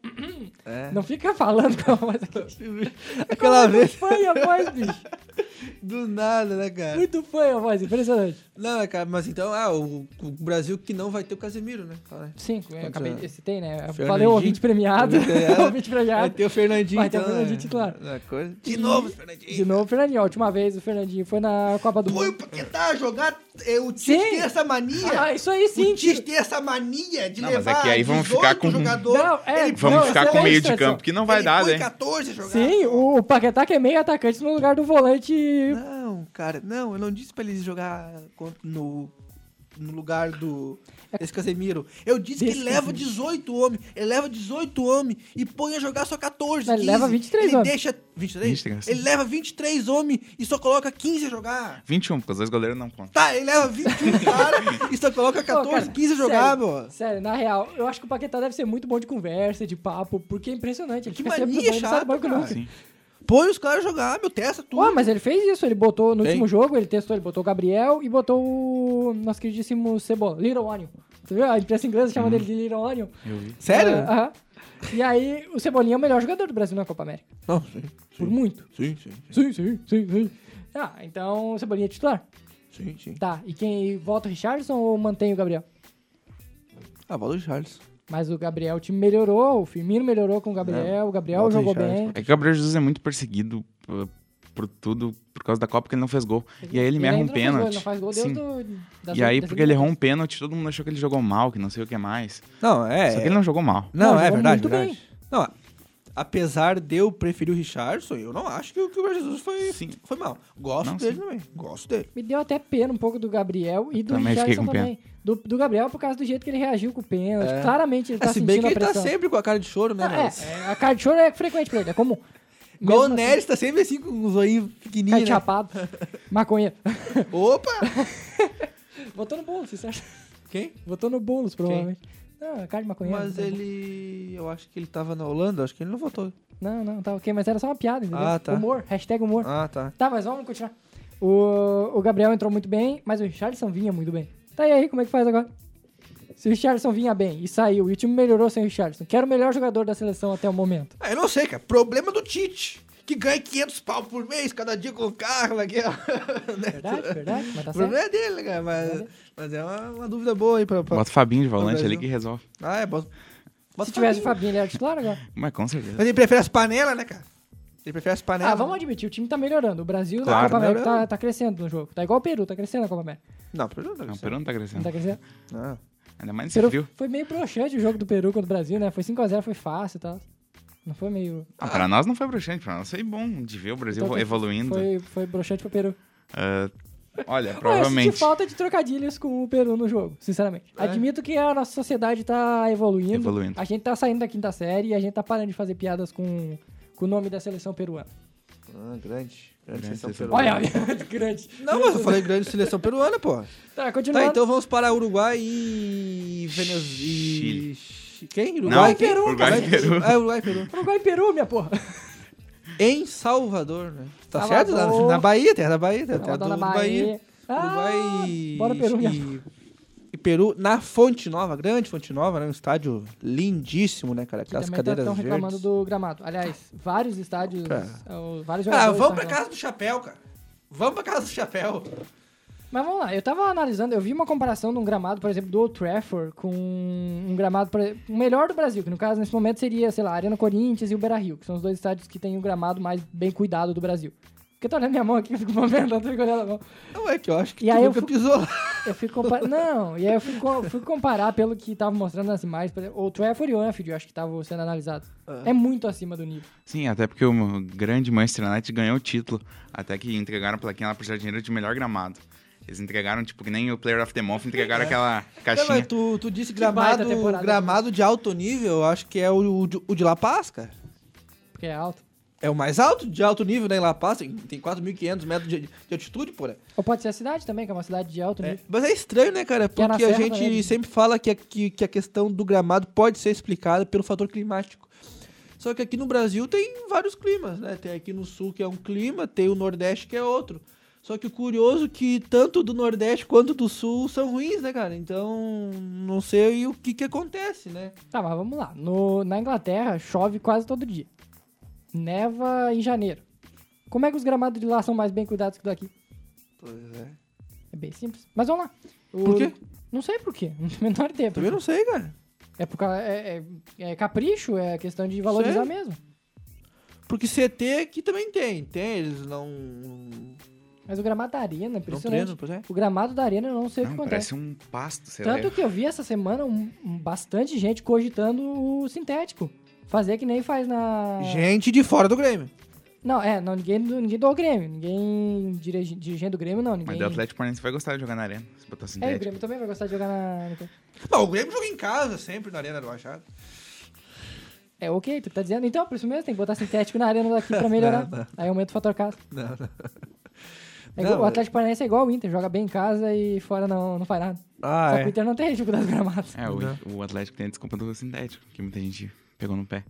[SPEAKER 2] É.
[SPEAKER 3] Não é fica falando com a voz aqui.
[SPEAKER 2] Aquela vez,
[SPEAKER 3] Foi a voz, bicho. é?
[SPEAKER 2] do nada, né, cara?
[SPEAKER 3] Muito foi a voz, impressionante.
[SPEAKER 2] Não, cara, mas então, ah, o, o Brasil que não vai ter o Casemiro, né? Fala aí.
[SPEAKER 3] Sim, eu acabei de citar, né? Valeu,
[SPEAKER 2] Fernandinho.
[SPEAKER 3] ouvinte premiado. É,
[SPEAKER 2] Obrigado.
[SPEAKER 3] ouvinte
[SPEAKER 2] Vai
[SPEAKER 3] premiado.
[SPEAKER 2] ter o Fernandinho,
[SPEAKER 3] Vai ter o
[SPEAKER 2] então.
[SPEAKER 3] Fernandinho
[SPEAKER 4] é.
[SPEAKER 2] né?
[SPEAKER 3] titular.
[SPEAKER 2] Na coisa. De novo, Fernandinho.
[SPEAKER 3] De novo, o Fernandinho. A última vez o Fernandinho foi na Copa do
[SPEAKER 5] Põe o
[SPEAKER 3] Mundo.
[SPEAKER 2] tá
[SPEAKER 5] Paquetá a jogar. é, O Tite
[SPEAKER 3] Sim.
[SPEAKER 5] tem essa mania.
[SPEAKER 3] Ah, isso aí sim,
[SPEAKER 5] o Tite tem essa mania de
[SPEAKER 4] Não, mas
[SPEAKER 5] levar
[SPEAKER 4] é que aí vamos ficar
[SPEAKER 5] 18
[SPEAKER 4] com-
[SPEAKER 5] jogador.
[SPEAKER 3] Não, é,
[SPEAKER 5] ele
[SPEAKER 4] Vamos
[SPEAKER 3] Não,
[SPEAKER 4] ficar
[SPEAKER 3] isso
[SPEAKER 4] com
[SPEAKER 3] é
[SPEAKER 4] o meio de
[SPEAKER 3] exceção.
[SPEAKER 4] campo, que não vai
[SPEAKER 5] ele
[SPEAKER 4] dar,
[SPEAKER 5] põe
[SPEAKER 4] né?
[SPEAKER 5] 14 jogadores.
[SPEAKER 3] Sim, o Paquetá que é meio atacante no lugar do volante.
[SPEAKER 2] Não, cara, não, eu não disse pra eles jogar contra- no, no lugar do
[SPEAKER 3] É
[SPEAKER 2] desse Casemiro. Eu disse que
[SPEAKER 3] Desse
[SPEAKER 2] ele leva
[SPEAKER 3] Casemiro.
[SPEAKER 2] 18 homens, ele leva 18 homens e põe a jogar só 14,
[SPEAKER 3] Mas ele
[SPEAKER 2] 15.
[SPEAKER 3] leva 23
[SPEAKER 2] ele
[SPEAKER 3] homens.
[SPEAKER 2] Deixa 23?
[SPEAKER 4] 23,
[SPEAKER 2] Ele leva 23 homens e só coloca 15 a jogar.
[SPEAKER 4] 21, porque os dois goleiros não contam.
[SPEAKER 2] Tá, ele leva 21 caras e só coloca 14, 15 a jogar,
[SPEAKER 3] sério,
[SPEAKER 2] meu.
[SPEAKER 3] Sério, na real, eu acho que o Paquetá deve ser muito bom de conversa, de papo, porque é impressionante. Ele
[SPEAKER 2] Que
[SPEAKER 3] fica sempre
[SPEAKER 2] mania
[SPEAKER 3] no banco, sai do
[SPEAKER 2] chata,
[SPEAKER 3] banco
[SPEAKER 2] cara.
[SPEAKER 3] nunca.
[SPEAKER 4] Sim.
[SPEAKER 2] Põe os caras a jogar, meu, testa tudo.
[SPEAKER 3] Ó, mas ele fez isso, ele botou no
[SPEAKER 2] Tem.
[SPEAKER 3] último jogo, ele testou, ele botou o Gabriel e botou o nosso queridíssimo Cebola, Little Onion. Tu viu? A imprensa inglesa chama dele de Little Onion.
[SPEAKER 4] Eu vi.
[SPEAKER 2] Sério?
[SPEAKER 3] Ah, Aham. E aí, o Cebolinha é o melhor jogador do Brasil na Copa América.
[SPEAKER 2] Não, sim,
[SPEAKER 3] Por muito.
[SPEAKER 2] sim, sim,
[SPEAKER 3] Sim, sim, sim, sim. Né? Ah, então o Cebolinha é titular.
[SPEAKER 2] sim, sim.
[SPEAKER 3] Tá, e quem volta o Richardson ou mantém o Gabriel?
[SPEAKER 2] Ah, valor Charles.
[SPEAKER 3] Mas o Gabriel, o time melhorou, o Firmino melhorou com o Gabriel, o Gabriel
[SPEAKER 2] Volta o
[SPEAKER 3] jogou
[SPEAKER 2] Richarlison.
[SPEAKER 3] bem.
[SPEAKER 4] É que É, o Gabriel Jesus é muito perseguido uh, por tudo, por causa da Copa, porque ele não fez gol. E aí ele me erra um
[SPEAKER 3] ainda não fez gol, ele
[SPEAKER 4] pênalti.
[SPEAKER 3] Não faz gol,
[SPEAKER 4] Sim.
[SPEAKER 3] Deus do, das
[SPEAKER 4] E aí,
[SPEAKER 3] das
[SPEAKER 4] porque ele errou um pênalti, todo mundo achou que ele jogou mal, que não sei o que mais.
[SPEAKER 2] Não, é.
[SPEAKER 4] Só que ele não jogou mal.
[SPEAKER 2] Não,
[SPEAKER 3] Não,
[SPEAKER 2] é
[SPEAKER 3] jogou
[SPEAKER 2] verdade,
[SPEAKER 3] muito
[SPEAKER 2] verdade. Não, apesar de eu preferir o Richardson, eu não acho que, o- que o Jesus foi,
[SPEAKER 4] Sim.
[SPEAKER 2] foi mal. Gosto
[SPEAKER 4] Não,
[SPEAKER 2] dele também. Gosto dele.
[SPEAKER 3] Me deu até pena um pouco do Gabriel e do
[SPEAKER 4] Também fiquei
[SPEAKER 3] Richardson
[SPEAKER 4] com pena.
[SPEAKER 3] também. Do, do Gabriel por causa do jeito que ele reagiu com o pênalti. Claramente ele tá
[SPEAKER 2] É, se
[SPEAKER 3] sentindo
[SPEAKER 2] bem que
[SPEAKER 3] a
[SPEAKER 2] ele tá
[SPEAKER 3] pressão.
[SPEAKER 2] sempre com a cara de choro, né?
[SPEAKER 3] Não, é,
[SPEAKER 2] mas-
[SPEAKER 3] é, a cara de choro é frequente pra ele, é comum.
[SPEAKER 2] Igual o
[SPEAKER 3] Mesmo
[SPEAKER 2] Neres tá sempre assim com os olhinhos
[SPEAKER 3] assim, cara
[SPEAKER 2] pequenininhos.
[SPEAKER 3] de
[SPEAKER 2] Né?
[SPEAKER 3] chapado, maconha.
[SPEAKER 2] Opa!
[SPEAKER 3] Botou no bolo, você acha?
[SPEAKER 2] Quem?
[SPEAKER 3] Botou no bolo, provavelmente. Não, é cara de maconha.
[SPEAKER 2] Mas
[SPEAKER 3] não tá bom.
[SPEAKER 2] ele. Eu acho que ele tava na Holanda, acho que ele não votou.
[SPEAKER 3] Não, não, tá ok, mas era só uma piada, entendeu?
[SPEAKER 2] Ah, tá.
[SPEAKER 3] Humor, hashtag humor.
[SPEAKER 2] Ah, tá.
[SPEAKER 3] Tá, mas vamos continuar. O, o Gabriel entrou muito bem, mas o Richardson vinha muito bem. Tá e aí, como é que faz agora? Se o Richardson vinha bem e saiu, e o time melhorou sem o Richardson, que era o melhor jogador da seleção até o momento.
[SPEAKER 2] Ah, eu não sei, cara. Problema do Tite. Que ganha 500 pau por mês cada dia com o carro aqui, ó. Né?
[SPEAKER 3] Verdade, verdade, mas tá
[SPEAKER 2] O
[SPEAKER 3] certo. Tá
[SPEAKER 2] problema é dele, cara. Mas, mas é uma, uma dúvida boa aí pra. pra...
[SPEAKER 4] Bota o Fabinho de volante
[SPEAKER 2] Brasil.
[SPEAKER 4] ali que resolve.
[SPEAKER 2] Ah, é, bota. bota
[SPEAKER 3] Se tivesse o
[SPEAKER 2] Fabinho.
[SPEAKER 3] Fabinho, ele era titular agora.
[SPEAKER 4] Mas com certeza.
[SPEAKER 2] Mas ele prefere as panelas, né, cara? Ele prefere as panelas.
[SPEAKER 3] Ah, vamos admitir, o time tá melhorando. O Brasil na
[SPEAKER 4] Claro,
[SPEAKER 3] Copa América
[SPEAKER 2] melhorando.
[SPEAKER 3] tá, tá crescendo no jogo. Tá igual o Peru, tá crescendo na Copa América.
[SPEAKER 2] Não, Peru não.
[SPEAKER 4] Não, o Peru não tá
[SPEAKER 3] Não tá
[SPEAKER 4] crescendo.
[SPEAKER 3] crescendo?
[SPEAKER 2] Não.
[SPEAKER 4] Ainda mais nesse
[SPEAKER 3] Peru
[SPEAKER 4] frio.
[SPEAKER 3] foi meio broxante o jogo do Peru contra o Brasil, né? Foi 5x0, foi fácil e tal. Não foi meio.
[SPEAKER 4] Ah, pra nós não foi broxante, pra nós foi bom de ver o Brasil
[SPEAKER 3] Então, foi-
[SPEAKER 4] evoluindo.
[SPEAKER 3] Foi, foi broxante pro Peru.
[SPEAKER 4] Ah, olha,
[SPEAKER 3] Eu
[SPEAKER 4] provavelmente É.
[SPEAKER 3] senti falta de trocadilhos com o Peru no jogo, sinceramente. Admito que a nossa sociedade tá evoluindo.
[SPEAKER 4] Evoluindo.
[SPEAKER 3] A gente tá saindo da quinta série e a gente tá parando de fazer piadas com, com o nome da seleção peruana.
[SPEAKER 2] Ah, grande. Grande
[SPEAKER 4] Grande
[SPEAKER 2] seleção
[SPEAKER 4] seleção.
[SPEAKER 2] peruana.
[SPEAKER 3] Olha, grande.
[SPEAKER 2] Não, mas eu falei grande seleção peruana, pô.
[SPEAKER 3] Tá,
[SPEAKER 2] Tá,
[SPEAKER 3] continuando.
[SPEAKER 2] então vamos para Uruguai e. Venezuela.
[SPEAKER 4] Chile.
[SPEAKER 2] Quem? Uruguai?
[SPEAKER 4] Não,
[SPEAKER 2] Quem?
[SPEAKER 4] Uruguai e Peru.
[SPEAKER 2] Ah, Uruguai e Peru.
[SPEAKER 3] Uruguai e Peru, minha porra.
[SPEAKER 2] Em Salvador, né? Tá
[SPEAKER 3] Salvador.
[SPEAKER 2] certo? Na, na Bahia, terra da Bahia, terra
[SPEAKER 3] Salvador
[SPEAKER 2] tá do
[SPEAKER 3] na
[SPEAKER 2] Bahia.
[SPEAKER 3] Bahia. Ah,
[SPEAKER 2] Uruguai e,
[SPEAKER 3] bora Peru, minha
[SPEAKER 2] e, e Peru na Fonte Nova, grande Fonte Nova, né? Um estádio lindíssimo, né, cara?
[SPEAKER 3] que
[SPEAKER 2] Aquelas
[SPEAKER 3] também
[SPEAKER 2] cadeiras
[SPEAKER 3] estão reclamando
[SPEAKER 2] verdes.
[SPEAKER 3] do gramado. Aliás, vários estádios,
[SPEAKER 2] Cara.
[SPEAKER 3] ah, vários
[SPEAKER 2] Ah,
[SPEAKER 3] jogadores...
[SPEAKER 2] vamos
[SPEAKER 3] estão
[SPEAKER 2] pra
[SPEAKER 3] reclamando.
[SPEAKER 2] casa do chapéu, cara. Vamos pra casa do chapéu.
[SPEAKER 3] Mas vamos lá, eu tava analisando, eu vi uma comparação de um gramado, por exemplo, do Old Trafford com um gramado, por exemplo, o melhor do Brasil, que no caso, nesse momento, seria, sei lá, a Arena Corinthians e o Beira-Rio, que são os dois estádios que tem o gramado mais bem cuidado do Brasil. Porque eu tô olhando minha mão aqui, eu fico movimentando, eu fico olhando a mão.
[SPEAKER 2] Não é que eu acho que
[SPEAKER 3] E
[SPEAKER 2] tu
[SPEAKER 3] aí eu
[SPEAKER 2] nunca
[SPEAKER 3] fu-
[SPEAKER 2] pisou lá. né,
[SPEAKER 3] Eu fui comparar. Não, e aí eu fui, co- fui comparar pelo que tava mostrando nas imagens. Por exemplo, o Trafford e o Anfield, eu acho que estavam sendo analisados.
[SPEAKER 2] Ah.
[SPEAKER 3] É muito acima do nível.
[SPEAKER 4] Sim, até porque o grande Manchester United ganhou o título. Até que entregaram a plaquinha lá pro jardineiro de melhor gramado. Eles entregaram, tipo, que nem o Player of the Month,
[SPEAKER 3] É.
[SPEAKER 4] entregaram aquela
[SPEAKER 2] Não, mas
[SPEAKER 4] caixinha.
[SPEAKER 2] tu, tu disse
[SPEAKER 3] Que baita
[SPEAKER 2] gramado,
[SPEAKER 3] temporada.
[SPEAKER 2] gramado de alto nível, eu acho que é o, o, de- o de La Paz, cara.
[SPEAKER 3] Porque é alto.
[SPEAKER 2] É o mais alto de alto nível, né, em La Paz. Tem tem 4.500 metros de, de altitude, porra.
[SPEAKER 3] Ou pode ser a cidade também, que é uma cidade de alto nível.
[SPEAKER 2] Mas é estranho, né, cara?
[SPEAKER 3] E é na
[SPEAKER 2] Porque a
[SPEAKER 3] serra
[SPEAKER 2] gente
[SPEAKER 3] também.
[SPEAKER 2] sempre fala que a, que, que a questão do gramado pode ser explicada pelo fator climático. Só que aqui no Brasil tem vários climas, né? Tem aqui no sul que é um clima, tem o Nordeste que é outro. Só que o curioso é que tanto do Nordeste quanto do Sul são ruins, né, cara? Então, não sei o que que acontece, né?
[SPEAKER 3] Tá, mas vamos lá. No, na Inglaterra, chove quase todo dia. Neva em janeiro. Como é que os gramados de lá são mais bem cuidados que daqui?
[SPEAKER 2] Pois é.
[SPEAKER 3] É bem simples. Mas vamos lá. O-
[SPEAKER 2] Por quê? Tá
[SPEAKER 3] Não sei por quê. Não tenho a menor ideia. por
[SPEAKER 2] Também
[SPEAKER 3] quê.
[SPEAKER 2] não sei, cara.
[SPEAKER 3] É, por causa, é, é- é capricho, é questão de valorizar
[SPEAKER 2] Sério?
[SPEAKER 3] mesmo.
[SPEAKER 2] Porque CT aqui também tem. Tem, eles não, não
[SPEAKER 3] Mas o gramado da arena, é impressionante.
[SPEAKER 2] treinam, pois é.
[SPEAKER 3] O gramado da arena, eu não sei o
[SPEAKER 4] Não,
[SPEAKER 3] que acontece.
[SPEAKER 4] parece um pasto, sei lá.
[SPEAKER 3] Tanto que eu vi essa semana um- um bastante gente cogitando o sintético. Fazer que nem faz na.
[SPEAKER 2] Gente de fora do Grêmio.
[SPEAKER 3] Não, é, não, ninguém, do- ninguém do Grêmio. Ninguém dirige, dirigindo o Grêmio, não. Ninguém...
[SPEAKER 4] Mas do Atlético Paranaense vai gostar de jogar na arena, se
[SPEAKER 3] É,
[SPEAKER 4] botar
[SPEAKER 3] o
[SPEAKER 4] sintético.
[SPEAKER 2] tipo.
[SPEAKER 3] Grêmio também vai gostar de jogar na.
[SPEAKER 2] Não, o Grêmio joga em casa sempre na Arena do Machado.
[SPEAKER 3] É ok, tu tá dizendo. Então, por isso mesmo, tem que botar sintético na arena daqui pra melhorar. Aí aumenta o fator casa.
[SPEAKER 2] Não, não.
[SPEAKER 3] É
[SPEAKER 2] Não,
[SPEAKER 3] igual- o
[SPEAKER 2] mas-
[SPEAKER 3] Atlético Paranaense é igual o Inter, joga bem em casa e fora não, não faz nada.
[SPEAKER 2] Ah,
[SPEAKER 3] Só que o Inter não tem dificuldade do gramado.
[SPEAKER 4] É, o, o Atlético tem a desculpa do sintético, que muita gente pegou no pé.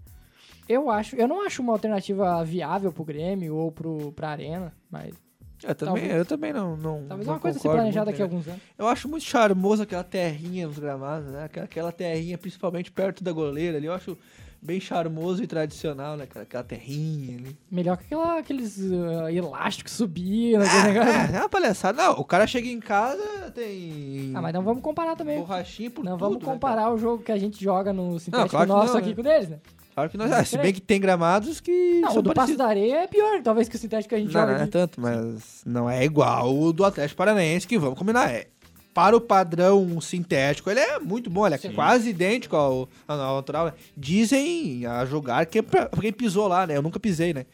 [SPEAKER 3] Eu acho, eu não acho uma alternativa viável pro Grêmio ou pro, pra arena, mas
[SPEAKER 2] Eu É, também,
[SPEAKER 3] Talvez.
[SPEAKER 2] eu também não. não
[SPEAKER 3] talvez
[SPEAKER 2] não
[SPEAKER 3] uma coisa a ser
[SPEAKER 2] concordo
[SPEAKER 3] planejada
[SPEAKER 2] muito,
[SPEAKER 3] daqui a
[SPEAKER 2] né?
[SPEAKER 3] alguns anos.
[SPEAKER 2] Eu acho muito charmoso aquela terrinha nos gramados, né? Aquela, aquela terrinha, principalmente perto da goleira ali. Eu acho bem charmoso e tradicional, né, cara? Aquela terrinha ali.
[SPEAKER 3] Melhor que aquela- aqueles ah, elásticos subindo, aquele negócio.
[SPEAKER 2] É, é uma palhaçada. Não, o cara chega em casa, tem.
[SPEAKER 3] Ah, mas não vamos comparar também.
[SPEAKER 2] Borrachinha por
[SPEAKER 3] Não
[SPEAKER 2] tudo.
[SPEAKER 3] vamos
[SPEAKER 2] né,
[SPEAKER 3] comparar o jogo que a gente joga no sintético
[SPEAKER 2] claro que
[SPEAKER 3] nosso
[SPEAKER 2] não,
[SPEAKER 3] aqui
[SPEAKER 2] né?
[SPEAKER 3] com o deles, né?
[SPEAKER 2] cara? Claro que nós. Ah, se bem que tem gramados que.
[SPEAKER 3] Não,
[SPEAKER 2] são
[SPEAKER 3] o do Passo
[SPEAKER 2] parecidos.
[SPEAKER 3] da Areia é pior, talvez, que o sintético que a
[SPEAKER 2] Não,
[SPEAKER 3] gente joga
[SPEAKER 2] não é
[SPEAKER 3] aqui.
[SPEAKER 2] tanto, mas não é igual o do Atlético Paranaense, que vamos combinar. É. Para o padrão um sintético, ele é muito bom, ele é quase idêntico ao, ao, ao natural. né? Dizem a jogar que é pra, pra quem pisou lá, né? Eu nunca pisei, né?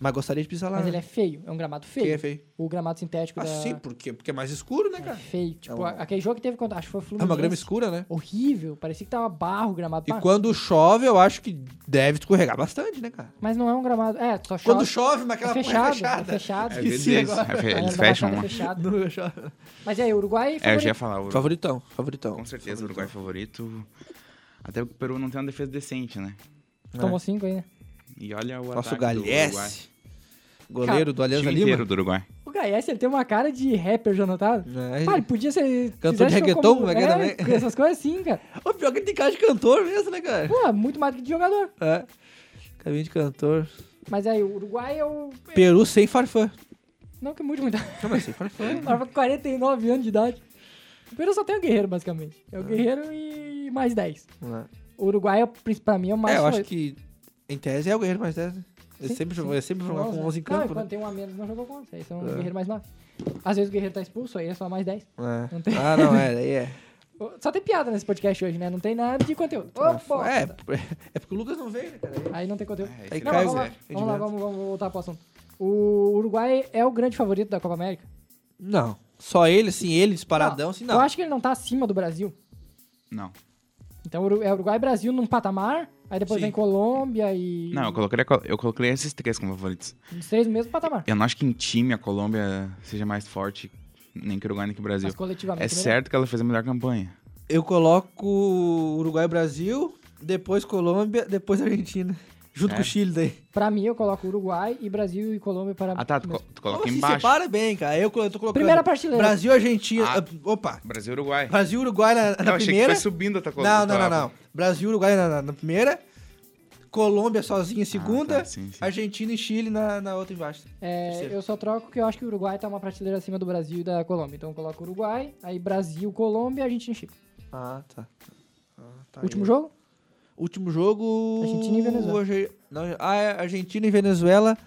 [SPEAKER 2] Mas gostaria de pisar lá.
[SPEAKER 3] Mas
[SPEAKER 2] né?
[SPEAKER 3] ele é feio, é um gramado
[SPEAKER 2] Quem é
[SPEAKER 3] feio.
[SPEAKER 2] feio.
[SPEAKER 3] O gramado sintético
[SPEAKER 2] Ah,
[SPEAKER 3] da...
[SPEAKER 2] sim, por quê? Porque é mais escuro, né,
[SPEAKER 3] é
[SPEAKER 2] cara?
[SPEAKER 3] feio. Tipo,
[SPEAKER 2] um-
[SPEAKER 3] a- aquele jogo que teve contra... Acho que foi o
[SPEAKER 2] É
[SPEAKER 3] Fluminense.
[SPEAKER 2] uma grama escura, né?
[SPEAKER 3] Horrível, parecia que tava barro o gramado.
[SPEAKER 2] E
[SPEAKER 3] Pá,
[SPEAKER 2] quando chove, eu acho que deve escorregar bastante, né, cara?
[SPEAKER 3] Mas não é um gramado... É, só chove.
[SPEAKER 2] Quando chove, mas
[SPEAKER 3] é
[SPEAKER 2] aquela porra
[SPEAKER 3] fechado, é fechado.
[SPEAKER 4] É,
[SPEAKER 2] Esqueci
[SPEAKER 4] eles,
[SPEAKER 2] agora.
[SPEAKER 4] é, eles
[SPEAKER 3] A arena da
[SPEAKER 4] fecham
[SPEAKER 3] Baixada
[SPEAKER 2] né?
[SPEAKER 4] lá.
[SPEAKER 3] é fechado.
[SPEAKER 2] Não, chove.
[SPEAKER 3] Mas e aí, Uruguai
[SPEAKER 4] É, eu já
[SPEAKER 3] favorito.
[SPEAKER 4] ia falar, o
[SPEAKER 2] Favoritão, favoritão.
[SPEAKER 4] com certeza o Uruguai é favorito. Até porque o Peru não tem uma defesa decente, né?
[SPEAKER 3] Tomou cinco aí, né?
[SPEAKER 4] E olha o
[SPEAKER 2] Nosso
[SPEAKER 4] ataque do Uruguai.
[SPEAKER 2] Galhés. Goleiro do
[SPEAKER 4] O
[SPEAKER 2] Alianza
[SPEAKER 4] time
[SPEAKER 2] Lima.
[SPEAKER 4] inteiro do Uruguai.
[SPEAKER 3] O Gaes, ele tem uma cara de rapper, já notaram?
[SPEAKER 2] É, ele-
[SPEAKER 3] Pá, ele podia ser...
[SPEAKER 2] Cantor de
[SPEAKER 3] fizesse um
[SPEAKER 2] reggaeton,
[SPEAKER 3] como-
[SPEAKER 2] como é que é também?
[SPEAKER 3] Essas coisas sim, cara.
[SPEAKER 2] O pior que ele tem cara de cantor mesmo, né, cara?
[SPEAKER 3] Pô, muito mais do que de jogador.
[SPEAKER 2] É. Caminho de cantor.
[SPEAKER 3] Mas aí, o Uruguai é o...
[SPEAKER 2] Peru sem farfã.
[SPEAKER 3] Não que mude muito.
[SPEAKER 2] Não, mas sem farfã.
[SPEAKER 3] Tava com 49 anos de idade. O Peru só tem o Guerreiro, basicamente.
[SPEAKER 2] Ah.
[SPEAKER 3] É o Guerreiro e mais 10. O Uruguai, é o prin- pra mim, é o mais
[SPEAKER 2] É, eu acho que
[SPEAKER 3] favorito.
[SPEAKER 2] em tese é o guerreiro mais 10, né? Ele
[SPEAKER 3] Sim,
[SPEAKER 2] sempre
[SPEAKER 3] sim.
[SPEAKER 2] jogou, ele sempre jogava com
[SPEAKER 3] né?
[SPEAKER 2] 11 em
[SPEAKER 3] Não, e
[SPEAKER 2] campo,
[SPEAKER 3] quando
[SPEAKER 2] né?
[SPEAKER 3] tem um a menos, não jogou com 11. Aí são
[SPEAKER 2] É.
[SPEAKER 3] Guerreiro mais 9. Às vezes o Guerreiro tá expulso, aí é só mais 10.
[SPEAKER 2] É.
[SPEAKER 3] Não tem-
[SPEAKER 2] Ah, não, é, daí é.
[SPEAKER 3] Só tem piada nesse podcast hoje, né? Não tem nada de conteúdo. Ô,
[SPEAKER 2] é,
[SPEAKER 3] bosta!
[SPEAKER 2] é porque o Lucas não veio, né, cara? Aí-
[SPEAKER 3] Aí não tem conteúdo.
[SPEAKER 4] É,
[SPEAKER 2] Aí
[SPEAKER 4] esse
[SPEAKER 3] Não,
[SPEAKER 4] é
[SPEAKER 2] cai
[SPEAKER 3] mas
[SPEAKER 2] o
[SPEAKER 3] vamos lá,
[SPEAKER 2] Zé.
[SPEAKER 3] vamos lá,
[SPEAKER 2] Edmilson.
[SPEAKER 3] vamos, vamos voltar pro assunto. O Uruguai é o grande favorito da Copa América.
[SPEAKER 2] Não. Só ele, assim, ele disparadão, assim,
[SPEAKER 3] Eu
[SPEAKER 2] não.
[SPEAKER 3] acho que ele não tá acima do Brasil.
[SPEAKER 4] Não.
[SPEAKER 3] Então Uru- é Uruguai e Brasil num patamar, aí depois
[SPEAKER 2] Sim.
[SPEAKER 3] vem Colômbia e.
[SPEAKER 4] Não, eu coloquei, a Col- eu coloquei esses três como favoritos.
[SPEAKER 3] Os três no mesmo patamar.
[SPEAKER 4] Eu não acho que em time a Colômbia seja mais forte, nem que o Uruguai, nem que o Brasil.
[SPEAKER 3] Mas coletivamente. né?
[SPEAKER 4] É
[SPEAKER 3] melhor.
[SPEAKER 4] certo que ela fez a melhor campanha.
[SPEAKER 2] Eu coloco Uruguai e Brasil, depois Colômbia, depois Argentina. Junto
[SPEAKER 4] É.
[SPEAKER 2] com o Chile daí.
[SPEAKER 3] Pra mim, eu coloco Uruguai e Brasil e Colômbia para.
[SPEAKER 4] Ah, tá. Tu, co- tu coloca
[SPEAKER 2] Como
[SPEAKER 3] assim
[SPEAKER 2] se
[SPEAKER 4] embaixo.
[SPEAKER 2] Então, assim, separa bem, cara. Eu, eu tô colocando.
[SPEAKER 3] Primeira prateleira.
[SPEAKER 2] Brasil, Argentina.
[SPEAKER 4] Ah.
[SPEAKER 2] ah, Opa.
[SPEAKER 4] Brasil e Uruguai.
[SPEAKER 3] Tá
[SPEAKER 2] Brasil, Uruguai na, na
[SPEAKER 4] Eu achei
[SPEAKER 2] primeira.
[SPEAKER 4] que foi subindo a tua
[SPEAKER 2] Não,
[SPEAKER 4] tua-
[SPEAKER 2] não, não, não. Brasil, Uruguai na, na- na primeira. Colômbia sozinha em segunda.
[SPEAKER 4] tá, sim, sim.
[SPEAKER 2] Argentina e Chile na, na outra embaixo.
[SPEAKER 3] É,
[SPEAKER 2] Terceiro.
[SPEAKER 3] eu só troco que eu acho que o Uruguai tá uma prateleira acima do Brasil e da Colômbia. Então eu coloco Uruguai, aí Brasil, Colômbia e Argentina e Chile.
[SPEAKER 2] Ah, tá. Ah, tá
[SPEAKER 3] Último
[SPEAKER 2] aí.
[SPEAKER 3] jogo?
[SPEAKER 2] Último jogo.
[SPEAKER 3] Argentina e Venezuela.
[SPEAKER 2] Hoje, não, ah, é Argentina e Venezuela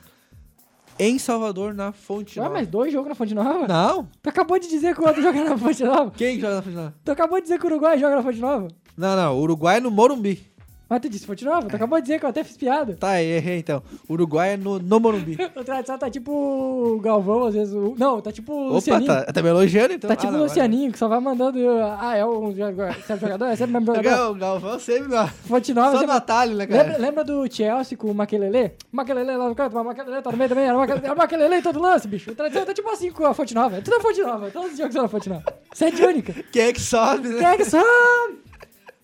[SPEAKER 2] em Salvador, na Fonte
[SPEAKER 3] Ué,
[SPEAKER 2] Nova.
[SPEAKER 3] mas dois jogos na Fonte Nova?
[SPEAKER 2] Não?
[SPEAKER 3] Tu acabou de dizer que o outro joga na Fonte Nova.
[SPEAKER 2] Quem que joga na Fonte Nova?
[SPEAKER 3] Tu acabou de dizer que o Uruguai joga na Fonte Nova.
[SPEAKER 2] Não, não. Uruguai no Morumbi.
[SPEAKER 3] Mas tu disse Fonte Nova? Tu acabou de dizer que eu até fiz piada.
[SPEAKER 2] Tá, errei então. Uruguai é no, no Morumbi.
[SPEAKER 3] O tradição tá tipo o Galvão, às vezes. o- Não, tá tipo o
[SPEAKER 2] Opa,
[SPEAKER 3] Lucianinho.
[SPEAKER 2] tá, tá me elogiando então.
[SPEAKER 3] Tá tipo
[SPEAKER 2] Ah,
[SPEAKER 3] o
[SPEAKER 2] não,
[SPEAKER 3] Lucianinho, que só vai mandando. Ah, é um jogador, é sempre jogador? É sempre o mesmo
[SPEAKER 2] olha.
[SPEAKER 3] jogador?
[SPEAKER 2] Gal- Galvão sempre, ó.
[SPEAKER 3] Fonte Nova,
[SPEAKER 2] Só no
[SPEAKER 3] sempre...
[SPEAKER 2] atalho, né, cara?
[SPEAKER 3] Lembra, lembra do Chelsea com o Maquelele? Maquelele lá no canto, mas o Maquelele tá no meio também. Era o Maquelele, era o Maquelele em todo lance, bicho. O tradição tá tipo assim com a Fonte Nova. É tudo a Fonte Nova. Todos os jogos são na Fonte Nova. Sede única.
[SPEAKER 2] Quem é que sobe, né?
[SPEAKER 3] Quem é que sobe?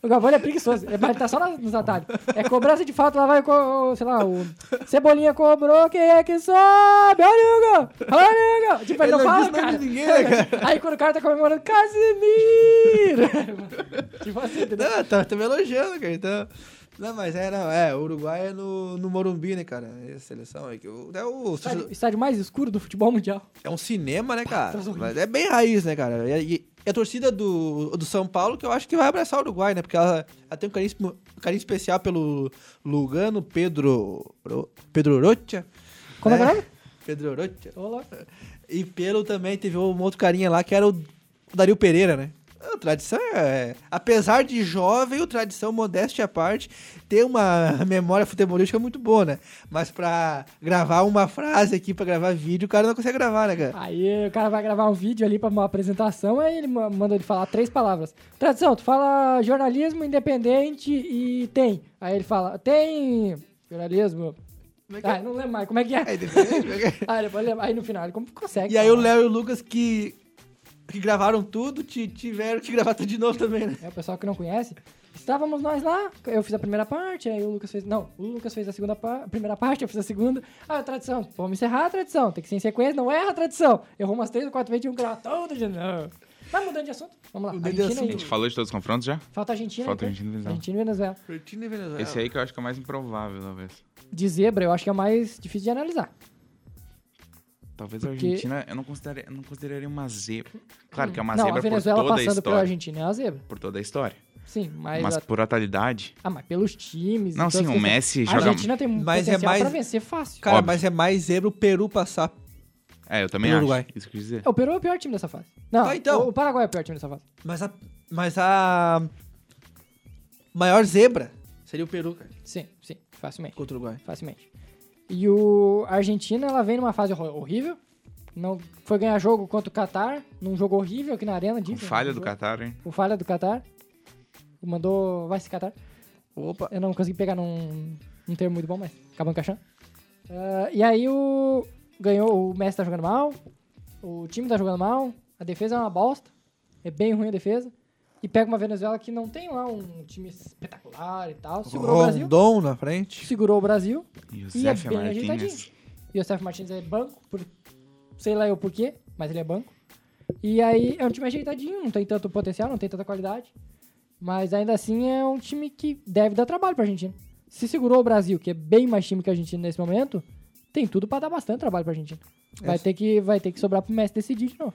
[SPEAKER 3] O Galvão ele é preguiçoso, é- mas ele tá só na- nos atalhos. É cobrança de falta, lá vai, co- o- sei lá, o Cebolinha cobrou, quem é que sobe? Olha o Hugo! Olha o Hugo! Tipo,
[SPEAKER 2] Ele
[SPEAKER 3] ele, não
[SPEAKER 2] não
[SPEAKER 3] fala,
[SPEAKER 2] diz nome
[SPEAKER 3] cara.
[SPEAKER 2] de ninguém, né,
[SPEAKER 3] Aí quando o cara tá comemorando, Casimiro! tipo assim, entendeu?
[SPEAKER 2] Não, tá, tá me elogiando, cara. Então... Não, mas é, não, é, o Uruguai é no, no Morumbi, né, cara? Essa seleção aí. Que, o- é, o,
[SPEAKER 3] Estádio, estádio mais escuro do futebol mundial.
[SPEAKER 2] é um cinema, né, cara?
[SPEAKER 3] Tá horrível.
[SPEAKER 2] Mas é bem raiz, né, cara? E, e- e a torcida do, do São Paulo, que eu acho que vai abraçar o Uruguai, né? Porque ela, ela tem um carinho, espe- carinho especial pelo Lugano, Pedro. Ro- Pedro Rocha.
[SPEAKER 3] Como é que é o
[SPEAKER 2] né?
[SPEAKER 3] nome?
[SPEAKER 2] Pedro Rocha.
[SPEAKER 3] Ô, louco.
[SPEAKER 2] E pelo também teve um outro carinha lá que era o Dario Pereira, né? A tradição é. Apesar de jovem, o tradição, modéstia à parte, tem uma memória futebolística muito boa, né? Mas pra gravar uma frase aqui, pra gravar vídeo, o cara não consegue gravar, né, cara?
[SPEAKER 3] Aí o cara vai gravar um vídeo ali pra uma apresentação, aí ele ma- manda ele falar três palavras. Tradição, tu fala jornalismo independente e tem. Aí ele fala, tem jornalismo.
[SPEAKER 2] Como é que é?
[SPEAKER 3] Ah, não lembro mais, como é que é?
[SPEAKER 2] É independente, como é que é?
[SPEAKER 3] Ah, depois lembra. Aí no final ele como consegue.
[SPEAKER 2] E aí o
[SPEAKER 3] falar?
[SPEAKER 2] Léo e o Lucas que. Que gravaram tudo, ti- tiveram que gravar tudo de novo também, né?
[SPEAKER 3] É o pessoal que não conhece. Estávamos nós lá, eu fiz a primeira parte, aí o Lucas fez. Não, o Lucas fez a segunda pa- a primeira parte, eu fiz a segunda. Ah, a tradição. Vamos encerrar a tradição. Tem que ser em sequência, não erra a tradição. Errou umas três ou quatro vezes de um grau todo de novo. Vai mudando de assunto? Vamos lá.
[SPEAKER 2] Mudando de
[SPEAKER 3] Argentina
[SPEAKER 4] A
[SPEAKER 2] assunto.
[SPEAKER 3] e-
[SPEAKER 4] gente falou de todos os confrontos já?
[SPEAKER 3] Falta a Argentina.
[SPEAKER 4] é assim. Falta
[SPEAKER 3] então.
[SPEAKER 4] Argentina e Venezuela.
[SPEAKER 3] Argentina e Venezuela.
[SPEAKER 2] Argentina e Venezuela.
[SPEAKER 4] Esse aí que eu acho que é o mais improvável, talvez.
[SPEAKER 3] De zebra, eu acho que é mais difícil de analisar.
[SPEAKER 4] Talvez
[SPEAKER 3] Porque-
[SPEAKER 4] a Argentina, eu não, consideraria, eu não consideraria uma zebra. Claro que é uma
[SPEAKER 3] não,
[SPEAKER 4] zebra
[SPEAKER 3] a Venezuela
[SPEAKER 4] por toda a
[SPEAKER 3] passando pela
[SPEAKER 4] história.
[SPEAKER 3] Argentina Ah, é uma zebra.
[SPEAKER 4] Por toda a história.
[SPEAKER 3] Sim, mas.
[SPEAKER 4] Mas
[SPEAKER 3] a-
[SPEAKER 4] por atalidade.
[SPEAKER 3] Ah, mas pelos times. e
[SPEAKER 4] Não,
[SPEAKER 3] todas
[SPEAKER 4] sim,
[SPEAKER 3] as
[SPEAKER 4] o
[SPEAKER 3] questões.
[SPEAKER 4] Messi
[SPEAKER 3] A
[SPEAKER 4] joga.
[SPEAKER 3] Argentina tem um
[SPEAKER 2] Mas é
[SPEAKER 3] potencial pra
[SPEAKER 2] mais-
[SPEAKER 3] vencer fácil.
[SPEAKER 2] Cara,
[SPEAKER 4] Óbvio.
[SPEAKER 2] mas é mais zebra o Peru passar.
[SPEAKER 4] É, eu também
[SPEAKER 2] No
[SPEAKER 4] acho.
[SPEAKER 2] Uruguai.
[SPEAKER 4] Isso que eu quis dizer.
[SPEAKER 3] É, O Peru é o pior time dessa fase. Não,
[SPEAKER 2] Tá, então.
[SPEAKER 3] o- o Paraguai é o pior time dessa fase.
[SPEAKER 2] Mas a. Mas a. Maior zebra seria o Peru, cara.
[SPEAKER 3] Sim, sim, facilmente.
[SPEAKER 2] Contra o Uruguai.
[SPEAKER 3] Facilmente. E o a Argentina, ela vem numa fase hor- horrível. Não foi ganhar jogo contra o Qatar, num jogo horrível aqui na arena.
[SPEAKER 4] Com
[SPEAKER 3] diga,
[SPEAKER 4] falha
[SPEAKER 3] um
[SPEAKER 4] do
[SPEAKER 3] jogo-
[SPEAKER 4] Qatar, hein?
[SPEAKER 3] Com falha do Qatar. Mandou. Vai se Qatar.
[SPEAKER 2] Opa.
[SPEAKER 3] Eu não consegui pegar num, num termo muito bom, mas acabou encaixando. Ah, e aí o. Ganhou, o Messi tá jogando mal, o time tá jogando mal, a defesa é uma bosta, é bem ruim a defesa. E pega uma Venezuela que não tem lá um time espetacular e tal. Segurou o Brasil.
[SPEAKER 2] Rondon na frente.
[SPEAKER 3] Segurou o Brasil.
[SPEAKER 4] E o
[SPEAKER 3] E é
[SPEAKER 4] Zé
[SPEAKER 3] bem
[SPEAKER 4] Martínez.
[SPEAKER 3] ajeitadinho. E o Seth Martins é banco, por sei lá eu porquê, mas ele é banco. E aí é um time ajeitadinho, não tem tanto potencial, não tem tanta qualidade. Mas ainda assim é um time que deve dar trabalho pra Argentina. Se segurou o Brasil, que é bem mais time que a Argentina nesse momento, tem tudo pra dar bastante trabalho pra Argentina. Vai,
[SPEAKER 2] É.
[SPEAKER 3] ter que, vai ter que sobrar pro Messi decidir de novo.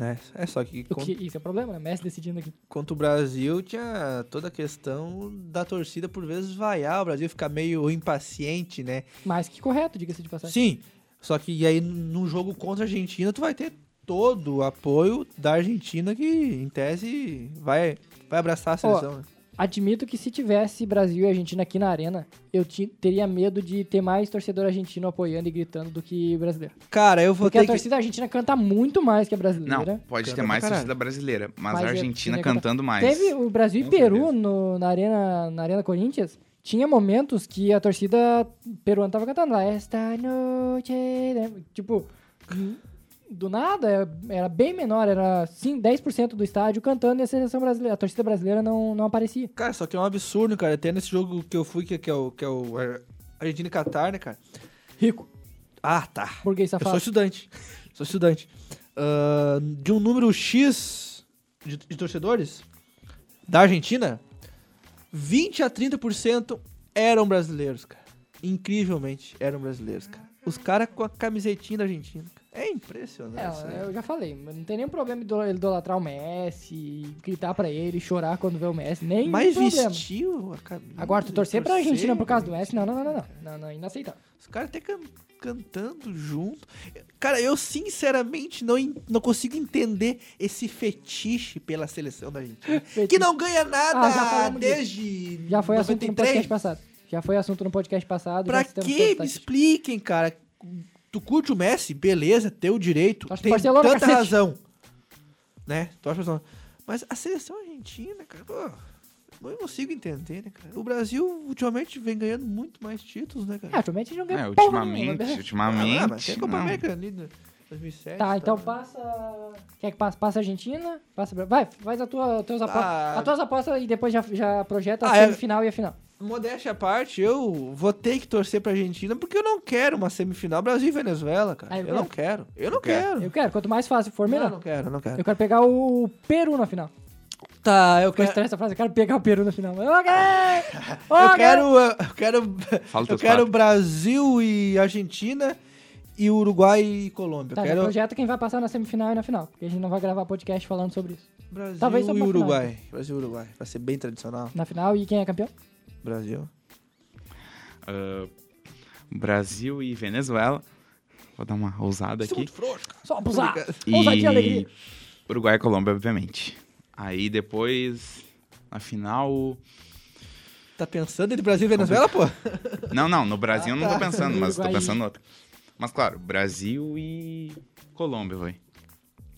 [SPEAKER 2] É, é só que
[SPEAKER 3] O
[SPEAKER 2] con-
[SPEAKER 3] que, isso é o problema, né? Messi decidindo aqui.
[SPEAKER 2] contra o Brasil tinha toda a questão da torcida por vezes vaiar, o Brasil ficar meio impaciente, né?
[SPEAKER 3] Mas que correto, diga-se de passagem.
[SPEAKER 2] Sim. Só que e aí num jogo contra a Argentina tu vai ter todo o apoio da Argentina que em tese vai vai abraçar a seleção. né?
[SPEAKER 3] Admito que se tivesse Brasil e Argentina aqui na arena, eu ti- teria medo de ter mais torcedor argentino apoiando e gritando do que brasileiro.
[SPEAKER 2] Cara, eu vou
[SPEAKER 3] Porque a
[SPEAKER 2] ter que
[SPEAKER 3] torcida argentina canta muito mais que a
[SPEAKER 4] Não,
[SPEAKER 3] brasileira.
[SPEAKER 2] Canta
[SPEAKER 4] pode ter
[SPEAKER 2] pra
[SPEAKER 4] mais
[SPEAKER 2] caralho.
[SPEAKER 4] torcida brasileira, mas,
[SPEAKER 3] Mas
[SPEAKER 4] a
[SPEAKER 3] a
[SPEAKER 4] Argentina
[SPEAKER 3] Argentina tá
[SPEAKER 4] cantando mais.
[SPEAKER 3] Teve um o Brasil e
[SPEAKER 4] Com
[SPEAKER 3] Peru
[SPEAKER 4] certeza.
[SPEAKER 3] no- na, arena, na Arena Corinthians. Tinha momentos que a torcida peruana tava cantando lá, esta noite. né? Tipo, do nada, era- era bem menor, era sim, 10% do estádio cantando e a seleção brasileira. A torcida brasileira não, não aparecia.
[SPEAKER 2] Cara, só que é um absurdo, cara. Até nesse jogo que eu fui, que, que é o, que é o Ar- Argentina e Catar, né, cara?
[SPEAKER 3] Rico,
[SPEAKER 2] Ah, tá.
[SPEAKER 3] burguês
[SPEAKER 2] Eu sou
[SPEAKER 3] safado.
[SPEAKER 2] estudante. Sou estudante. Ah, de um número X de, de torcedores da Argentina, 20 a 30% eram brasileiros, cara. Incrivelmente eram brasileiros, cara. Os caras com a camisetinha da Argentina. cara. É impressionante.
[SPEAKER 3] É,
[SPEAKER 2] isso, né?
[SPEAKER 3] eu já falei, mas não tem nenhum problema idol- idolatrar o Messi, gritar pra ele, chorar quando vê é o Messi, nem
[SPEAKER 2] Mas
[SPEAKER 3] problema.
[SPEAKER 2] vestiu a camisa.
[SPEAKER 3] Agora, tu torcer pra Argentina por causa do
[SPEAKER 2] velho.
[SPEAKER 3] Messi, não, não, não, não, não, não, não inaceitável.
[SPEAKER 2] Os caras até can- cantando junto. Cara, eu sinceramente não, en- não consigo entender esse fetiche pela seleção da Argentina. Que não ganha
[SPEAKER 3] Ah, já
[SPEAKER 2] nada
[SPEAKER 3] falamos disso.
[SPEAKER 2] desde
[SPEAKER 3] Já foi assunto no
[SPEAKER 2] 93.
[SPEAKER 3] podcast passado. Já foi assunto no podcast passado.
[SPEAKER 2] Pra
[SPEAKER 3] já tá?
[SPEAKER 2] que?
[SPEAKER 3] citamos todas
[SPEAKER 2] Me
[SPEAKER 3] as estatísticas.
[SPEAKER 2] expliquem, cara. Tu curte o Messi, beleza, teu direito.
[SPEAKER 3] Torce pro
[SPEAKER 2] Tem
[SPEAKER 3] Barcelona,
[SPEAKER 2] tanta
[SPEAKER 3] cacete.
[SPEAKER 2] razão. Né? Tu acha Barcelona. Mas a seleção argentina, cara, pô, não consigo entender, né, cara? O Brasil ultimamente vem ganhando muito mais títulos, né,
[SPEAKER 3] É,
[SPEAKER 2] cara?
[SPEAKER 3] ultimamente a gente não ganha
[SPEAKER 4] É,
[SPEAKER 3] porra nenhuma, né?
[SPEAKER 4] ultimamente,
[SPEAKER 3] beleza?
[SPEAKER 4] ultimamente.
[SPEAKER 2] Ah, mas tem a Copa
[SPEAKER 4] não.
[SPEAKER 2] América ali, né, 2007.
[SPEAKER 3] Tá, então
[SPEAKER 2] pá.
[SPEAKER 3] passa. Quer que passe? Passa a Argentina? Passa. Bra- Vai, faz a tua, teus apo...
[SPEAKER 2] Ah.
[SPEAKER 3] as tuas apostas e depois já, já projeta
[SPEAKER 2] Ah,
[SPEAKER 3] a
[SPEAKER 2] é.
[SPEAKER 3] semifinal e a final.
[SPEAKER 2] Modéstia à parte, eu vou ter que torcer pra Argentina porque eu não quero uma semifinal Brasil e Venezuela, cara.
[SPEAKER 3] Ah, eu
[SPEAKER 2] eu não quero. Eu não quero.
[SPEAKER 3] Eu quero, quanto mais fácil for, melhor.
[SPEAKER 2] Não, não quero, não quero.
[SPEAKER 3] Eu quero pegar o Peru na final.
[SPEAKER 2] Tá, eu
[SPEAKER 3] Ficou
[SPEAKER 2] quero.
[SPEAKER 3] estranha essa frase, eu quero pegar o Peru na final. Eu quero!
[SPEAKER 2] Eu quero, eu quero,
[SPEAKER 4] Fala
[SPEAKER 2] eu
[SPEAKER 4] teus
[SPEAKER 2] quero
[SPEAKER 4] quatro.
[SPEAKER 2] Brasil e Argentina e Uruguai e Colômbia.
[SPEAKER 3] Tá,
[SPEAKER 2] eu
[SPEAKER 3] já
[SPEAKER 2] quero
[SPEAKER 3] projeta quem vai passar na semifinal e na final, porque a gente não vai gravar podcast falando sobre isso.
[SPEAKER 2] Brasil
[SPEAKER 3] talvez só
[SPEAKER 2] e
[SPEAKER 3] pra final,
[SPEAKER 2] Uruguai. Brasil e Uruguai. Vai ser bem tradicional.
[SPEAKER 3] Na final, e quem é campeão?
[SPEAKER 2] Brasil.
[SPEAKER 4] Ah, Brasil e Venezuela. Vou dar uma ousada
[SPEAKER 2] é
[SPEAKER 4] aqui.
[SPEAKER 3] Só abusar!
[SPEAKER 4] E
[SPEAKER 3] Ousadia e alegria!
[SPEAKER 4] Uruguai e Colômbia, obviamente. Aí depois, na final.
[SPEAKER 2] Tá pensando entre Brasil e Venezuela, pô?
[SPEAKER 4] Não, não, no Brasil eu não tô pensando, mas tô
[SPEAKER 3] Uruguai e-
[SPEAKER 4] pensando no outro. Mas claro, Brasil e Colômbia, vai.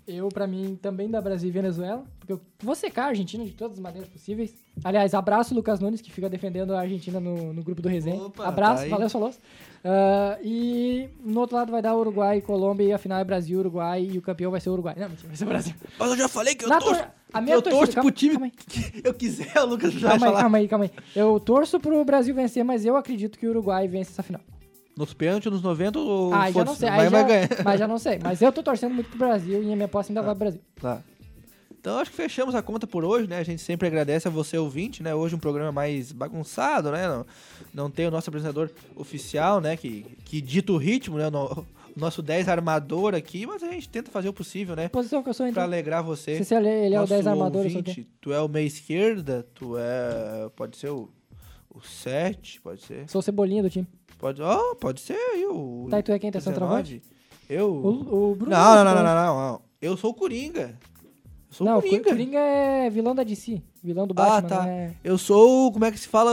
[SPEAKER 3] Eu, pra mim, também da Brasil e Venezuela, porque eu vou secar a Argentina de todas as maneiras possíveis. Aliás, abraço o Lucas Nunes, que fica defendendo a Argentina no, no grupo do Resenha.
[SPEAKER 2] Opa,
[SPEAKER 3] abraço,
[SPEAKER 2] tá aí.
[SPEAKER 3] valeu, Solos. Ah, e no outro lado vai dar Uruguai e Colômbia, e a final é Brasil e Uruguai, e o campeão vai ser o Uruguai. Não, mentira, vai ser o Brasil.
[SPEAKER 2] Mas eu já falei que eu
[SPEAKER 3] Na
[SPEAKER 2] torço.
[SPEAKER 3] tor- a minha
[SPEAKER 2] eu torço
[SPEAKER 3] torcida-
[SPEAKER 2] pro
[SPEAKER 3] calma-
[SPEAKER 2] time
[SPEAKER 3] calma aí.
[SPEAKER 2] que eu quiser, o Lucas vai
[SPEAKER 3] Calma aí,
[SPEAKER 2] falar.
[SPEAKER 3] calma aí, calma aí. Eu torço pro Brasil vencer, mas eu acredito que o Uruguai vence essa final.
[SPEAKER 2] Nos pênaltis, nos 90 ou
[SPEAKER 3] Ah, já não
[SPEAKER 2] foda-se,
[SPEAKER 3] sei.
[SPEAKER 2] Vai,
[SPEAKER 3] Aí
[SPEAKER 2] vai
[SPEAKER 3] já-
[SPEAKER 2] ganhar.
[SPEAKER 3] mas já não sei. Mas eu tô torcendo muito pro Brasil e a minha posse ainda vai pro Brasil.
[SPEAKER 2] Tá. Então acho que fechamos a conta por hoje, né? A gente sempre agradece a você ouvinte, né? Hoje um programa mais bagunçado, né? Não, não tem o nosso apresentador oficial, né? Que, que dita o ritmo, né? O no- o nosso 10 armador aqui, mas a gente tenta fazer o possível, né?
[SPEAKER 3] Posição que eu sou,
[SPEAKER 2] Pra
[SPEAKER 3] então.
[SPEAKER 2] alegrar você.
[SPEAKER 3] Se você ele ele é o
[SPEAKER 2] Nosso
[SPEAKER 3] 10 armador, eu sou o quê?
[SPEAKER 2] ouvinte, Tu é o meia esquerda, tu é. Pode ser o. O 7, pode ser.
[SPEAKER 3] Sou o cebolinha do time.
[SPEAKER 2] Pode, oh, pode ser aí o.
[SPEAKER 3] Tá, e tu é quem tá centroavante?
[SPEAKER 2] 19. Eu.
[SPEAKER 3] O, o Bruno.
[SPEAKER 2] não, não, não, não, não, não. Eu sou o Coringa. Eu sou
[SPEAKER 3] Não,
[SPEAKER 2] o Coringa.
[SPEAKER 3] o Coringa é vilão da DC. Vilão do Batman.
[SPEAKER 2] Ah, tá.
[SPEAKER 3] né?
[SPEAKER 2] Eu sou, como é que se fala?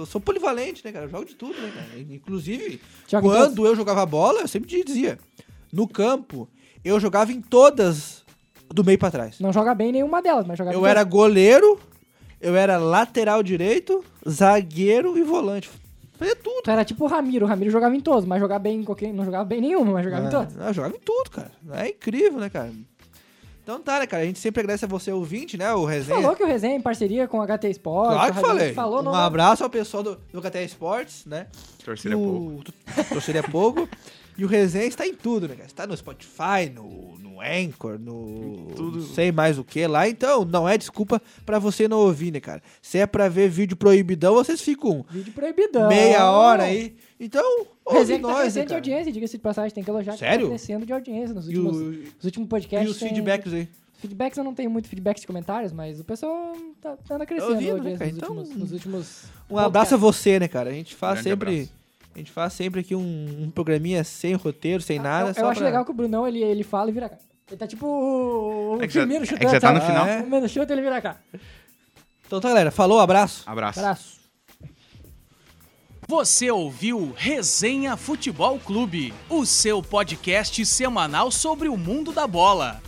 [SPEAKER 2] Eu sou polivalente, né, cara? Eu jogo de tudo, né, cara? Inclusive,
[SPEAKER 3] Joga em
[SPEAKER 2] quando eu jogava bola, eu sempre dizia. No campo, eu jogava em todas do meio pra trás.
[SPEAKER 3] Não joga bem nenhuma delas, mas joga
[SPEAKER 2] Eu
[SPEAKER 3] bem.
[SPEAKER 2] era goleiro, eu era lateral direito, zagueiro e volante. Fazia tudo.
[SPEAKER 3] Tu era tipo o Ramiro. O Ramiro jogava em todos, mas jogava bem em qualquer. Não jogava bem em nenhuma, mas jogava em todos.
[SPEAKER 2] Ah, eu jogava em tudo, cara. É incrível, né, cara? Então tá, né, cara? A gente sempre agradece a você, ouvinte, né? O resenha.
[SPEAKER 3] Falou que o resenha é em parceria com o HT Sport.
[SPEAKER 2] Claro que
[SPEAKER 3] o Radiante
[SPEAKER 2] falei.
[SPEAKER 3] Falou, não, né?
[SPEAKER 2] um abraço ao pessoal do, do KTR Esportes, né?
[SPEAKER 4] Torcer é
[SPEAKER 2] o...
[SPEAKER 4] pouco.
[SPEAKER 2] Torcer é pouco. E o resenha está em tudo, né, cara? Está no Spotify, no, no Anchor, no. Tudo. Não sei mais o que lá. Então, não é desculpa pra você não ouvir, né, cara? Se é pra ver vídeo proibidão, vocês ficam
[SPEAKER 3] Vídeo proibidão.
[SPEAKER 2] meia hora aí. Então, ouve
[SPEAKER 3] Resenha que tá
[SPEAKER 2] nós, né,
[SPEAKER 3] crescendo de
[SPEAKER 2] cara?
[SPEAKER 3] audiência, diga-se de passagem, tem que elogiar que
[SPEAKER 2] Sério?
[SPEAKER 3] tá crescendo de audiência nos
[SPEAKER 2] E,
[SPEAKER 3] últimos,
[SPEAKER 2] o-
[SPEAKER 3] nos últimos
[SPEAKER 2] e
[SPEAKER 3] podcasts.
[SPEAKER 2] os
[SPEAKER 3] tem-
[SPEAKER 2] feedbacks aí.
[SPEAKER 3] Feedbacks eu não tenho muito feedbacks de comentários, mas o pessoal tá, tá anda crescendo
[SPEAKER 2] ouvindo,
[SPEAKER 3] a audiência
[SPEAKER 2] né,
[SPEAKER 3] nos,
[SPEAKER 2] cara?
[SPEAKER 3] últimos,
[SPEAKER 2] Então,
[SPEAKER 3] nos últimos.
[SPEAKER 2] Um abraço a
[SPEAKER 3] podcasts.
[SPEAKER 2] você, né, cara? A gente faz
[SPEAKER 4] Grande
[SPEAKER 2] sempre.
[SPEAKER 4] abraço.
[SPEAKER 2] A gente faz sempre aqui um, um programinha sem roteiro, sem nada.
[SPEAKER 3] Ah, Eu,
[SPEAKER 2] só
[SPEAKER 3] eu acho
[SPEAKER 2] pra-
[SPEAKER 3] legal que o Brunão ele, ele fala e vira cá. Ele tá tipo o, o
[SPEAKER 4] É que já-
[SPEAKER 3] Firmino
[SPEAKER 4] é que
[SPEAKER 3] chutando.
[SPEAKER 4] já tá
[SPEAKER 3] sabe?
[SPEAKER 4] no final.
[SPEAKER 3] O Firmino chuta ele vira cá.
[SPEAKER 2] Então tá, galera. Falou, abraço.
[SPEAKER 4] Abraço.
[SPEAKER 3] Abraço.
[SPEAKER 1] Você ouviu Resenha Futebol Clube, o seu podcast semanal sobre o mundo da bola.